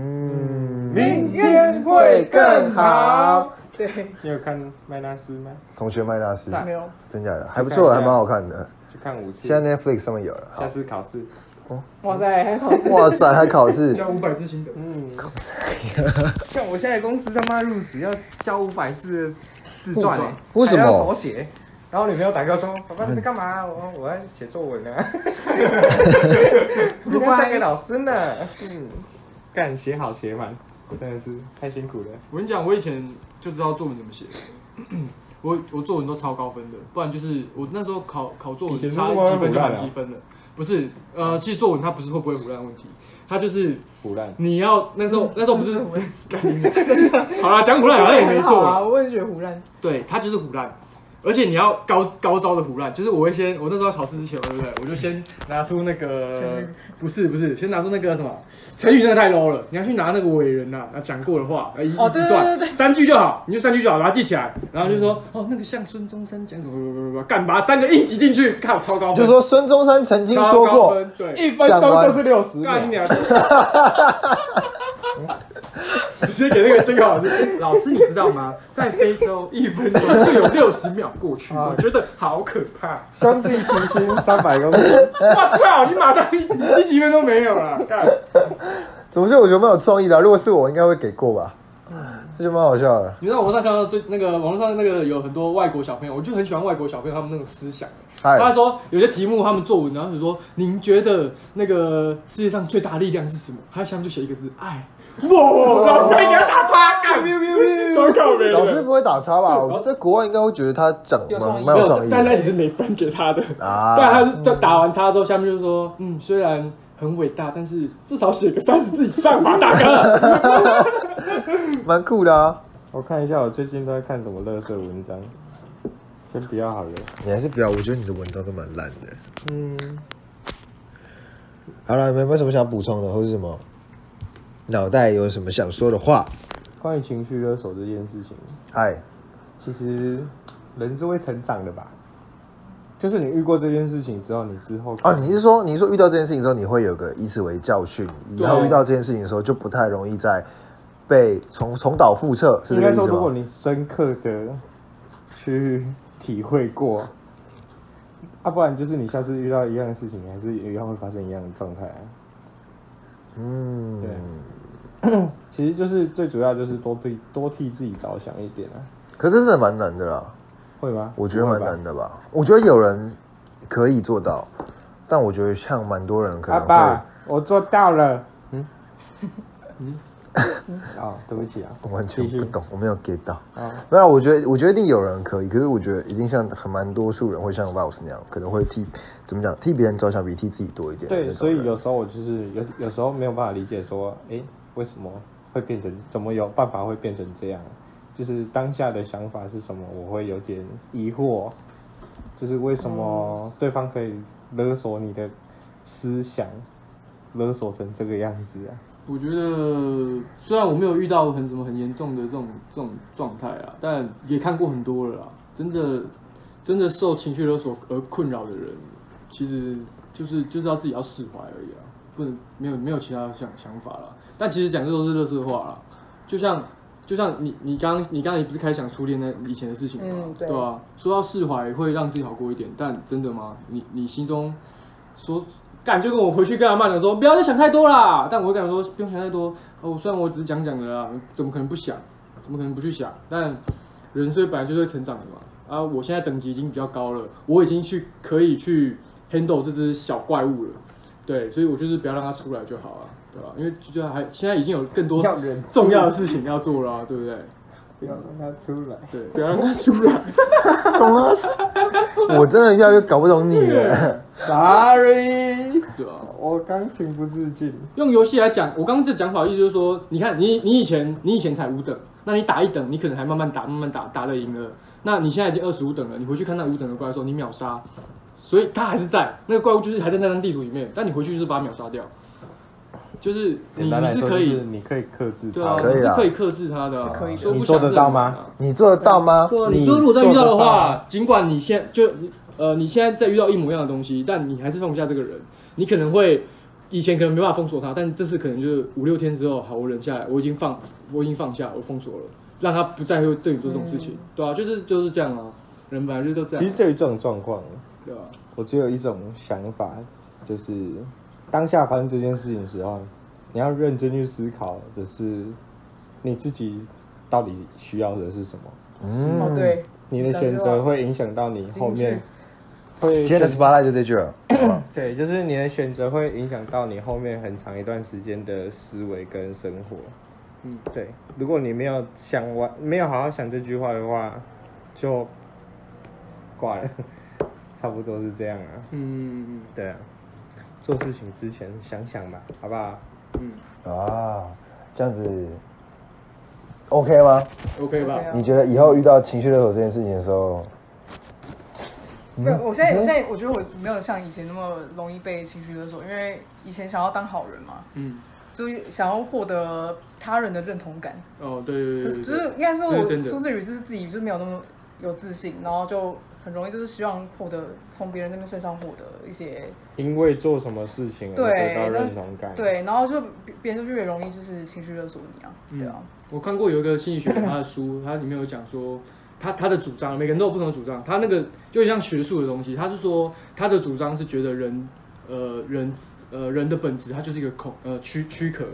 Speaker 3: 明天会更好。
Speaker 4: 对，
Speaker 3: 你有看麦纳斯吗？
Speaker 1: 同学麦纳斯，
Speaker 4: 没有。
Speaker 1: 真假的还不错，还蛮好看的。
Speaker 3: 去看五次。
Speaker 1: 现在 Netflix 上面有了。
Speaker 3: 下
Speaker 1: 好
Speaker 3: 次考试，
Speaker 4: 哇塞， 还好，
Speaker 1: 哇塞，还考试，
Speaker 2: 交五百字心得，
Speaker 3: 嗯，看我现在公司他妈入职要交五百字的自传欸，
Speaker 1: 为什么
Speaker 3: 还要手写？然后女朋友打给我说：“爸爸你在干嘛？我我在写作文呢， 明天交给老师呢。”嗯，干写好写满，真的是太辛苦了。
Speaker 2: 我跟你讲，我以前就知道作文怎么写。我我作文都超高分的，不然就是我那时候考考作文
Speaker 3: 以前是
Speaker 2: 差
Speaker 3: 不会
Speaker 2: 几分就
Speaker 3: 胡乱
Speaker 2: 满
Speaker 3: 啊
Speaker 2: 积分了。不是，呃，其实作文它不是会不会胡乱的问题，它就是
Speaker 3: 胡乱，
Speaker 2: 你要那时
Speaker 4: 嗯
Speaker 2: 候那时候 不是好啦，讲胡乱好像也没
Speaker 4: 很好
Speaker 2: 错
Speaker 4: 啊，
Speaker 2: 啦，
Speaker 4: 我也觉得胡乱。
Speaker 2: 对，它就是胡乱。而且你要高高招的胡乱，就是我会先，我那时候考试之前，对不对？我就先拿出那
Speaker 4: 成
Speaker 2: 个
Speaker 4: 语，
Speaker 2: 不是不是，先拿出那个什么成语，那个太 low 了。你要去拿那个伟人呐、啊，讲过的话，呃一、
Speaker 4: 哦对
Speaker 2: 一
Speaker 4: 对
Speaker 2: 段
Speaker 4: 对对嗯
Speaker 2: 三句就好，你就三句就好，把它记起来，然后就说、哦，那个像孙中山讲什么什么什么什么，干把三个硬挤进去，靠，超 高分，
Speaker 1: 就说孙中山曾经
Speaker 2: 超
Speaker 1: 说
Speaker 2: 高
Speaker 1: 过，
Speaker 2: 分，对，
Speaker 3: 一分钟就是六十
Speaker 2: 干你
Speaker 3: 秒。
Speaker 2: 娘！直接给那个监考老师，哎老师你知道吗？在非洲一分钟就有六十秒过去，
Speaker 1: 啊
Speaker 2: 我觉得好可怕。
Speaker 3: 兄弟齐心，三百公斤。
Speaker 2: 我操！你马上一一几分都没有了，干！
Speaker 1: 怎么就我觉得蛮有创意的啊、如果是我，应该会给过吧，这就蛮好笑的。
Speaker 2: 你知道网络上看到最那个网络上那个有很多外国小朋友，我就很喜欢外国小朋友他们那种思想。
Speaker 1: 嗨，
Speaker 2: 他说有些题目他们作文，然后就说您觉得那个世界上最大的力量是什么？他下面就写一个字爱。哇！老师还给他打叉，干！超靠北的
Speaker 1: 老师不会打叉吧？我觉得在国外应该会觉得他讲
Speaker 4: 有创
Speaker 1: 蛮
Speaker 4: 意
Speaker 1: 蛮有创意
Speaker 2: 但那
Speaker 1: 的
Speaker 2: 你是没分给他的。
Speaker 1: 啊。
Speaker 2: 但他就打完叉之后，下面就说，嗯，虽然很伟大，但是至少写个三十字以上吧，大哥。
Speaker 1: 蛮酷的啊。
Speaker 3: 我看一下，我最近都在看什么乐色文章，先不要好了。
Speaker 1: 你还是不要，我觉得你的文章都蛮烂的。
Speaker 3: 嗯，
Speaker 1: 好了，你们有没有什么想补充的，或是什么脑袋有什么想说的话？
Speaker 3: 关于情绪勒索这件事情，
Speaker 1: 嗨，
Speaker 3: 其实人是会成长的吧？就是你遇过这件事情之后，你之后
Speaker 1: 哦，你是说你是说遇到这件事情之后，你会有个以此为教训，以
Speaker 3: 啊
Speaker 1: 后
Speaker 2: 对
Speaker 1: 遇到这件事情的时候就不太容易再被重重蹈覆辙，是
Speaker 3: 应
Speaker 1: 这个
Speaker 3: 该
Speaker 1: 意
Speaker 3: 说，
Speaker 1: 思
Speaker 3: 如果
Speaker 1: 吗？
Speaker 3: 你深刻的去体会过，啊，不然就是你下次遇到一样的事情，你还是一样会发生一样的状态啊、
Speaker 1: 嗯，
Speaker 3: 对 其实就是最主要就是多替多替自己着想一点啊，
Speaker 1: 可是真的蛮难的啦，
Speaker 3: 会吗？
Speaker 1: 我觉得
Speaker 3: 不会
Speaker 1: 蛮
Speaker 3: 吧
Speaker 1: 难的吧。我觉得有人可以做到，但我觉得像蛮多人可
Speaker 3: 阿
Speaker 1: 能会
Speaker 3: 爸，我做到了。嗯，嗯，哦，对不起啊，
Speaker 1: 完全
Speaker 3: 继续
Speaker 1: 不懂，我没有 get 到。
Speaker 3: 哦
Speaker 1: 没有，我觉得我觉得一定有人可以，可是我觉得一定像很蛮多数人会像 Vows 那样，可能会替怎么讲替别人着想比替自己多一点的那种
Speaker 3: 对，
Speaker 1: 人。
Speaker 3: 所以有时候我就是有有时候没有办法理解说，诶，为什么会变成怎么有办法会变成这样？就是当下的想法是什么，我会有点疑惑，就是为什么对方可以勒索你的思想，勒索成这个样子啊？
Speaker 2: 我觉得虽然我没有遇到很什么很严重的这种这种状态啊，但也看过很多了啦。真的，真的受情绪勒索而困扰的人，其实就是就是要自己要释怀而已啊，不能没有没有其他想想法啦。但其实讲这都是乐色话啦，就像就像你你刚你刚才不是开始讲初恋那以前的事情吗？
Speaker 4: 嗯对
Speaker 2: 对啊，说要释怀会让自己好过一点，但真的吗？你你心中说干就跟我回去跟阿曼讲说，不要再想太多啦。但我会跟他说，不用想太多。哦，虽然我只是讲讲的啦，怎么可能不想？怎么可能不去想？但人是本来就是会成长的嘛。啊，我现在等级已经比较高了，我已经去可以去 handle 这只小怪物了。对，所以我就是不要让它出来就好了，对吧、因为就还现在已经有更多
Speaker 3: 要忍
Speaker 2: 重要的事情要做了啊、对不对？
Speaker 3: 不要让他出来。
Speaker 2: 对，不要让它出来。
Speaker 1: 懂了， 我真的越来越搞不懂你了。
Speaker 3: Sorry，
Speaker 2: 对啊，
Speaker 3: 我刚情不自禁。
Speaker 2: 用游戏来讲，我刚刚这讲法意思就是说，你看你你以前你以前才五等，那你打一等，你可能还慢慢打慢慢打打得赢了。那你现在已经二十五等了，你回去看那五等的怪的时候，你秒杀，所以它还是在那个怪物就是还在那张地图里面，但你回去就是把它秒杀掉，就是你
Speaker 3: 简单
Speaker 2: 你
Speaker 3: 来
Speaker 2: 是
Speaker 3: 说，
Speaker 2: 可
Speaker 3: 就
Speaker 2: 以
Speaker 3: 是你可以克制
Speaker 2: 对啊
Speaker 3: 他，，
Speaker 1: 可以
Speaker 2: 你是
Speaker 1: 啦
Speaker 2: 可以克制它的啊、
Speaker 4: 是可以的
Speaker 2: 所以我不
Speaker 3: 你做
Speaker 2: 想
Speaker 3: 得到
Speaker 2: 这样
Speaker 3: 吗
Speaker 2: 子啊
Speaker 1: 你做得到吗？
Speaker 2: 对啊，
Speaker 3: 你
Speaker 2: 你说如果再遇到的
Speaker 3: 做得到
Speaker 2: 话，尽管你现就呃你现在再遇到一模一样的东西，但你还是放不下这个人，你可能会以前可能没办法封锁他，但这次可能就是五六天之后，好，我忍下来，我已经放我已经放下，我封锁了，让他不再会对你做这种事情，对啊，就是就是这样啊，人本来就都这
Speaker 3: 其实
Speaker 2: 样，
Speaker 3: 对于这种状况，
Speaker 2: 对吧、
Speaker 3: 我只有一种想法，就是当下发生这件事情的时候，你要认真去思考的是你自己到底需要的是什么。
Speaker 4: 哦，对，
Speaker 3: 你的选择会影响到你后面会
Speaker 1: 今天的 spotlight 就这句 了。
Speaker 3: 对，就是你的选择会影响到你后面很长一段时间的思维跟生活。
Speaker 2: 嗯，
Speaker 3: 对，如果你没有想完，没有好好想这句话的话，就挂了， 差不多是这样啊。
Speaker 2: 嗯
Speaker 3: 对啊，做事情之前想想吧，好不好？
Speaker 2: 嗯
Speaker 1: 啊，这样子 OK 吗？
Speaker 2: ，OK 吧
Speaker 4: OK 啊
Speaker 1: 你觉得以后遇到情绪勒索这件事情的时候，
Speaker 4: 对，我现在我现在我觉得我没有像以前那么容易被情绪勒索，因为以前想要当好人嘛，
Speaker 2: 嗯，
Speaker 4: 就是想要获得他人的认同感，
Speaker 2: 哦，对对对对
Speaker 4: 就
Speaker 2: 对
Speaker 4: 是应该说
Speaker 2: 这
Speaker 4: 我
Speaker 2: 是真的
Speaker 4: 出自于就是自己就是没有那么有自信，然后就很容易就是希望获得从别人那边身上获得一些
Speaker 2: 嗯
Speaker 3: 因为做什么事情而得
Speaker 4: 对
Speaker 3: 到
Speaker 4: 那
Speaker 3: 认同感，，
Speaker 4: 对，然后就别别人就越容易就是情绪勒索你啊，对啊，
Speaker 2: 我看过有一个心理学家的书，它里面有讲说，他他的主张，每个人都有不同的主张。他那个就像学术的东西，他是说他的主张是觉得人，呃，人，呃，人的本质它就是一个空，呃，躯躯壳，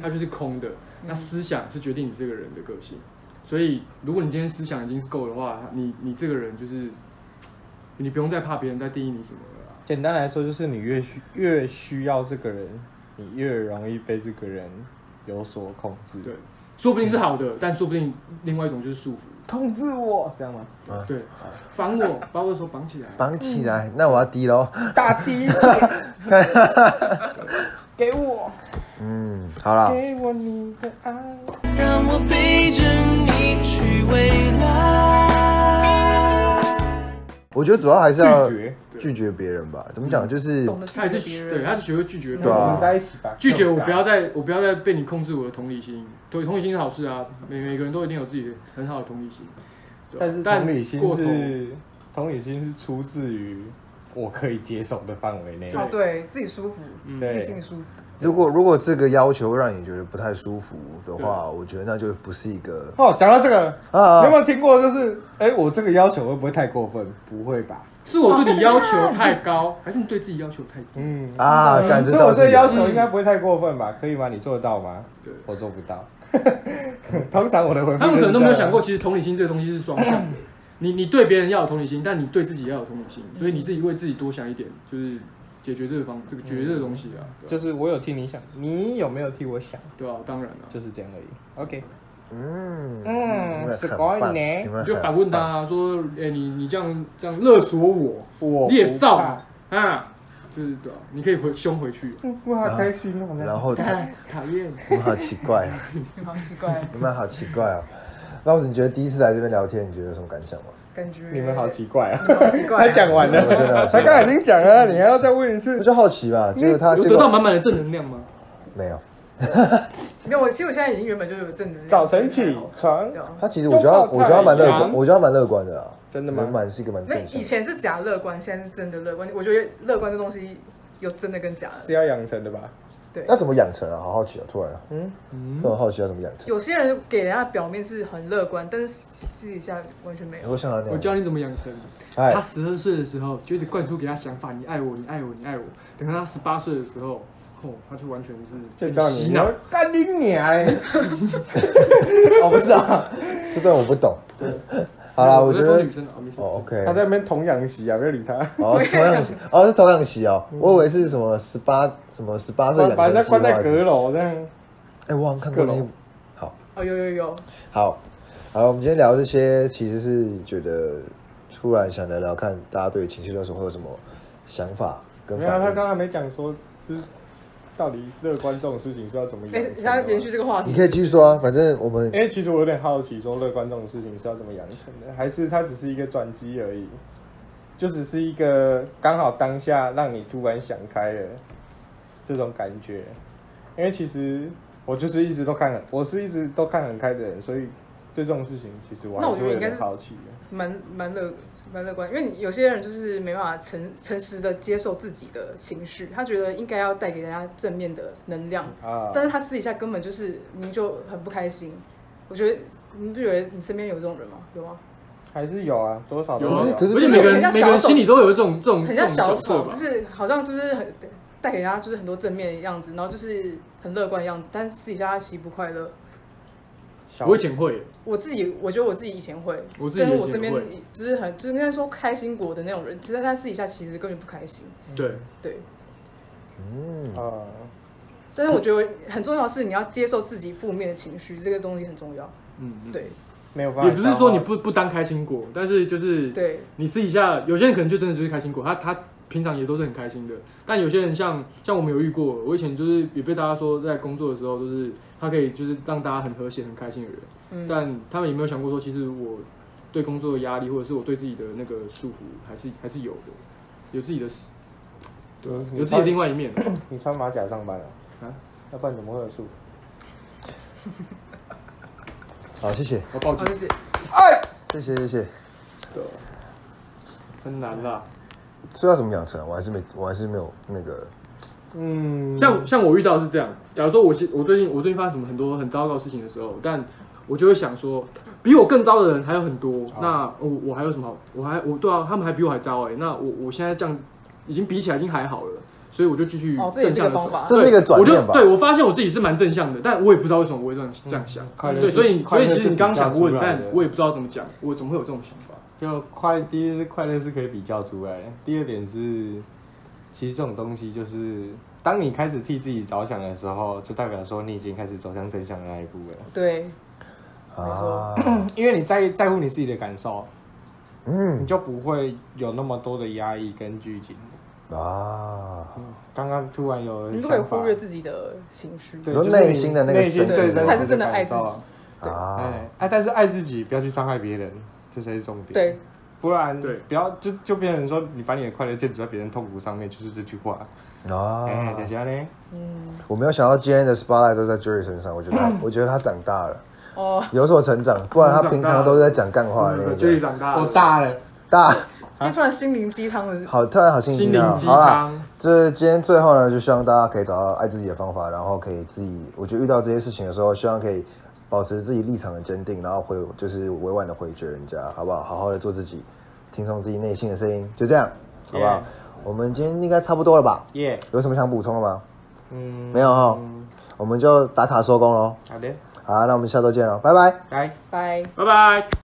Speaker 2: 它就是空的。那思想是决定你这个人的个性。所以，如果你今天思想已经是够的话，你你这个人就是，你不用再怕别人在定义你什么了啊啦。
Speaker 3: 简单来说就是你越需越需要这个人，你越容易被这个人有所控制，
Speaker 2: 对，，说不定是好的，但说不定另外一种就是束缚。
Speaker 3: 控制我，这样吗？
Speaker 2: 对，绑我，把我的手绑起来。啊
Speaker 1: 绑起来，那我要低喽。
Speaker 3: 大滴，给我，
Speaker 1: 嗯，好啦，
Speaker 3: 给我你的爱。
Speaker 5: 让我背着你去未来。
Speaker 1: 我觉得主要还是要
Speaker 3: 拒绝嗯
Speaker 1: 拒绝别人吧。怎么讲？就是
Speaker 4: 懂得
Speaker 2: 他也
Speaker 4: 拒
Speaker 2: 是
Speaker 4: 绝别
Speaker 2: 学对，他
Speaker 4: 人，
Speaker 2: 是学会拒绝别人
Speaker 1: 对啊
Speaker 3: 我们在一起吧，
Speaker 2: 拒绝我不要再我不要再被你控制我的同理心，对，同理心是好事啊，每每个人都一定有自己很好的同理心，对啊
Speaker 3: 但是
Speaker 2: 但
Speaker 3: 同理心
Speaker 2: 过头
Speaker 3: 是同理心是出自于我可以接受的范围内。
Speaker 4: 哦，对自己舒服，自己心
Speaker 3: 对
Speaker 4: 里，舒服。
Speaker 1: 如果如果这个要求让你觉得不太舒服的话，我觉得那就不是一个
Speaker 3: 哦，讲到这个，
Speaker 1: 啊
Speaker 3: 你有没有听过？就是，哎，我这个要求会不会太过分？不会吧？
Speaker 2: 是我对你要
Speaker 4: 哦
Speaker 2: 求太高，还是你对自己要求太低？
Speaker 3: 嗯，
Speaker 1: 啊，感知
Speaker 3: 所以
Speaker 1: 到
Speaker 3: 我
Speaker 1: 自
Speaker 3: 这
Speaker 1: 己
Speaker 3: 要求应该不会太过分吧？可以吗？你做得到吗？
Speaker 2: 对
Speaker 3: 我做不到。 通常我的回复，
Speaker 2: 他们可能都没有想过，，其实同理心这个东西是双向的。你你对别人要有同理心，但你对自己也要有同理心，所以你自己为自己多想一点，就是解决这个方这个解决这个东西啊，对
Speaker 3: 就
Speaker 2: 啊
Speaker 3: 是我有替你想，你有没有替我想？
Speaker 2: 对啊，当然了、
Speaker 3: 就是这样而已。OK，
Speaker 1: 嗯
Speaker 3: 嗯
Speaker 1: 你们
Speaker 3: 是
Speaker 1: 很
Speaker 3: 高一
Speaker 1: 棒，
Speaker 3: 点
Speaker 1: 你们
Speaker 2: 你就
Speaker 1: 很
Speaker 2: 反问他、
Speaker 1: 棒，
Speaker 2: 说，哎、你你这样这样勒索我，
Speaker 3: 我
Speaker 2: 你也
Speaker 3: 不
Speaker 2: 少
Speaker 3: 怕
Speaker 2: 啊，啊就是对啊，你可以回凶回去，
Speaker 3: 嗯我好开心哦。这样
Speaker 1: 然 后
Speaker 2: 讨厌。
Speaker 1: 你们好奇怪啊，
Speaker 4: 你好奇怪，
Speaker 1: 你们好奇怪啊。老子，你觉得第一次来这边聊天，你觉得有什么感想 吗？
Speaker 4: 感觉
Speaker 3: 你们好奇怪啊，
Speaker 4: 你们好
Speaker 1: 嗯
Speaker 4: 奇怪
Speaker 3: 他。讲完了
Speaker 1: 我真的好，奇怪
Speaker 3: 他刚才已经讲了，你还要再问 一
Speaker 1: 我
Speaker 3: 次？
Speaker 1: 就好奇吧，结果他
Speaker 2: 有
Speaker 1: 结
Speaker 2: 得到
Speaker 1: 果
Speaker 2: 满满的正能量吗？
Speaker 1: 没有。
Speaker 4: 没有，我其实我现在已经原本就有正能量。
Speaker 3: 早晨起床
Speaker 4: 对，啊
Speaker 1: 他其实我觉得他
Speaker 3: 拥抱
Speaker 1: 我觉得他蛮乐
Speaker 3: 太
Speaker 1: 观，
Speaker 3: 阳
Speaker 1: 我觉得他蛮乐观的
Speaker 2: 啊
Speaker 1: 啦。
Speaker 3: 真的吗
Speaker 1: 人蛮是一个蛮
Speaker 4: 那
Speaker 1: 正向
Speaker 4: 以
Speaker 1: 的。
Speaker 4: 前是假乐观，现在是真的乐观。我觉得乐观这东西有真的跟假的。
Speaker 3: 是要养成的吧？
Speaker 4: 对，
Speaker 1: 那怎么养成啊？好好奇啊，突然啊，
Speaker 2: 嗯
Speaker 1: 突，然好奇要怎么养成。
Speaker 4: 有些人给人家表面是很乐观，但是私底下完全没有。
Speaker 1: 我想到那
Speaker 2: 我教你怎么养成。
Speaker 1: 哎
Speaker 2: 他，十二岁的时候就一直灌输给他想法，你爱我，你爱我，你爱我。等到他十八岁的时候，哦，他就完全是
Speaker 3: 见
Speaker 2: 被
Speaker 3: 到
Speaker 2: 洗
Speaker 3: 你，
Speaker 2: 脑
Speaker 3: 我。干你娘 嘞！
Speaker 1: 哦，不是啊，这段我不懂。好啦，我觉
Speaker 2: 在说
Speaker 1: 得
Speaker 2: 女生的，哦，没事。
Speaker 1: 哦，OK，
Speaker 3: 他在那边童养媳啊，不要理他。
Speaker 1: 哦，是童养媳，哦是童养媳哦，我以为是什么十八什么十八岁
Speaker 3: 把
Speaker 1: 养
Speaker 3: 人家
Speaker 1: 成计
Speaker 3: 关在
Speaker 1: 划之类
Speaker 3: 阁
Speaker 1: 的。
Speaker 3: 楼这样。
Speaker 1: 哎，我好像看过那一
Speaker 3: 阁
Speaker 1: 部
Speaker 3: 楼。
Speaker 1: 好，
Speaker 4: 哦，有有有，
Speaker 1: 好，好了，我们今天聊这些，其实是觉得突然想聊聊看大家对情绪勒索会有什么想法跟
Speaker 3: 没有，他
Speaker 1: 反应。
Speaker 3: 刚才没讲说，就是到底乐观这种事情是要怎么
Speaker 4: 哎、
Speaker 3: 养成
Speaker 4: 他
Speaker 3: 的
Speaker 4: 延续
Speaker 3: 吗？
Speaker 4: 这个话
Speaker 1: 你
Speaker 4: 题，
Speaker 1: 可以继续说啊，反正我们
Speaker 3: 因为其实我有点好奇，说乐观这种事情是要怎么养成的，还是它只是一个转机而已，就只是一个刚好当下让你突然想开了这种感觉。因为其实我就是一直都看很，我是一直都看很开的人，所以对这种事情其实我
Speaker 4: 那我
Speaker 3: 还是
Speaker 4: 觉得应
Speaker 3: 会有
Speaker 4: 该
Speaker 3: 点
Speaker 4: 是
Speaker 3: 好奇的。
Speaker 4: 蛮蛮乐蛮乐观，因为你有些人就是没办法诚诚实的接受自己的情绪，他觉得应该要带给人家正面的能量，
Speaker 3: 啊，
Speaker 4: 但是他私底下根本就是明明就很不开心。我觉得你不觉得你身边有这种人吗？有吗？
Speaker 3: 还是有啊，多少都
Speaker 2: 有啊
Speaker 1: 可是可是
Speaker 2: 而且
Speaker 1: 这
Speaker 2: 每个
Speaker 4: 很
Speaker 2: 人
Speaker 4: 像
Speaker 2: 每个人
Speaker 4: 小丑
Speaker 2: 心里都有这种这种
Speaker 4: 很像
Speaker 2: 嗯这
Speaker 4: 小
Speaker 2: 种角色
Speaker 4: 丑，
Speaker 2: 吧
Speaker 4: 就是好像就是很带给人家就是很多正面的样子，然后就是很乐观的样子，但是私底下他其实不快乐。
Speaker 3: 小
Speaker 2: 我以前会，
Speaker 4: 我自己，我觉得我自己以前会，
Speaker 2: 我自己
Speaker 4: 跟
Speaker 2: 也
Speaker 4: 我
Speaker 2: 以前
Speaker 4: 身边
Speaker 2: 会
Speaker 4: 就是很就是应该说开心果的那种人，其实他私底下其实根本不开心。
Speaker 2: 对，
Speaker 4: 对，
Speaker 1: 嗯，
Speaker 3: 啊，
Speaker 4: 但是我觉得很重要的是你要接受自己负面的情绪，这个东西很重要。
Speaker 2: 嗯，嗯，
Speaker 4: 对
Speaker 3: 没有办法。
Speaker 2: 也不是说你不不当开心果，但是就是
Speaker 4: 对，
Speaker 2: 你私底下，有些人可能就真的就是开心果，他他平常也都是很开心的。但有些人像像我们有遇过，我以前就是也被大家说，在工作的时候，就是他可以就是让大家很和谐、很开心的人，
Speaker 4: 嗯
Speaker 2: 但他们也没有想过说，其实我对工作的压力，或者是我对自己的那个束缚，还是还是有的，有自己的
Speaker 3: 对，
Speaker 2: 有
Speaker 3: 你
Speaker 2: 自己的
Speaker 3: 穿
Speaker 2: 另外一面。
Speaker 3: 你穿马甲上班啊？
Speaker 2: 啊
Speaker 3: 啊，要不然怎么会有树？
Speaker 1: 好，谢谢，
Speaker 2: 我报
Speaker 4: 好，
Speaker 2: 警
Speaker 4: 谢谢。
Speaker 1: 谢谢，谢谢。
Speaker 2: 的，很难啦。
Speaker 1: 这要怎么养成啊？我还是没，我还是没有那个。
Speaker 3: 嗯，
Speaker 2: 像像我遇到的是这样，假如说我现我最近我最近发生什么很多很糟糕的事情的时候，但我就会想说，比我更糟的人还有很多，
Speaker 3: 哦
Speaker 2: 那我我还有什么好？我还我对啊，他们还比我还糟哎、那我我现在这样已经比起来已经还好了，所以我就继续
Speaker 4: 哦这也
Speaker 2: 正
Speaker 4: 是一
Speaker 2: 向
Speaker 4: 个
Speaker 2: 的走。
Speaker 4: 方法
Speaker 1: 这是一个转变吧
Speaker 2: 对我就对我发现我自己是蛮正向的，但我也不知道为什么我会这样这样想。
Speaker 3: 嗯快乐
Speaker 2: 对，
Speaker 3: 是
Speaker 2: 所以
Speaker 3: 快
Speaker 2: 所
Speaker 3: 乐
Speaker 2: 以
Speaker 3: 是
Speaker 2: 其实你刚刚想问
Speaker 3: 比，较出来
Speaker 2: 但
Speaker 3: 的
Speaker 2: 我也不知道怎么讲，我怎么会有这种想法？
Speaker 3: 就快，第一是快乐是可以比较出来的，第二点是，其实这种东西就是，当你开始替自己着想的时候，就代表说你已经开始走向正向的那一步了。
Speaker 4: 对，
Speaker 1: 啊，
Speaker 3: 因为你在在乎你自己的感受，你
Speaker 1: 嗯
Speaker 3: 就不会有那么多的压抑跟拘谨。
Speaker 1: 啊，
Speaker 3: 刚刚突然有
Speaker 4: 你不可以
Speaker 3: 想法
Speaker 4: 忽略自己的情绪。
Speaker 3: 对，
Speaker 1: 你说
Speaker 3: 就是
Speaker 1: 内心的那个
Speaker 3: 内心
Speaker 1: 深
Speaker 3: 最
Speaker 1: 处
Speaker 3: 真
Speaker 4: 才
Speaker 3: 实
Speaker 4: 是真的
Speaker 3: 感
Speaker 4: 爱自
Speaker 3: 受
Speaker 4: 己
Speaker 1: 啊
Speaker 3: 哎，哎，但是爱自己，不要去伤害别人，这才是重点。
Speaker 4: 对，
Speaker 3: 不然
Speaker 2: 对
Speaker 3: 不要就就变成说你把你的快乐建筑在别人痛苦上面，就是这句话。
Speaker 1: 啊！
Speaker 3: 哎、大家呢？
Speaker 1: 我没有想到今天的 spotlight 都在 Jerry 身上，我 觉得他，我觉得他长大了，
Speaker 4: 哦，
Speaker 1: 有所成长，不然他平常都是在讲干话的那
Speaker 2: 就是
Speaker 1: 个
Speaker 2: 嗯长大了，
Speaker 3: 我大了，
Speaker 1: 大
Speaker 4: 今天突然心灵鸡汤的是，
Speaker 1: 好，突然好心
Speaker 2: 心
Speaker 1: 情啊
Speaker 2: 灵鸡
Speaker 1: 好啦
Speaker 2: 汤，
Speaker 1: 这今天最后呢，就希望大家可以找到爱自己的方法，然后可以自己，我觉得遇到这些事情的时候，希望可以保持自己立场的坚定，然后回就是委婉的回绝人家，好不好？好好的做自己，听从自己内心的声音，就这样，好不好
Speaker 3: Yeah
Speaker 1: 我们今天应该差不多了吧？
Speaker 3: 耶，
Speaker 1: 有什么想补充的吗？
Speaker 3: 嗯，
Speaker 1: 没有哈，我们就打卡收工喽。
Speaker 3: 好的，
Speaker 1: 好，那我们下周见喽，拜拜。
Speaker 3: 来。
Speaker 4: 拜。
Speaker 2: 拜拜。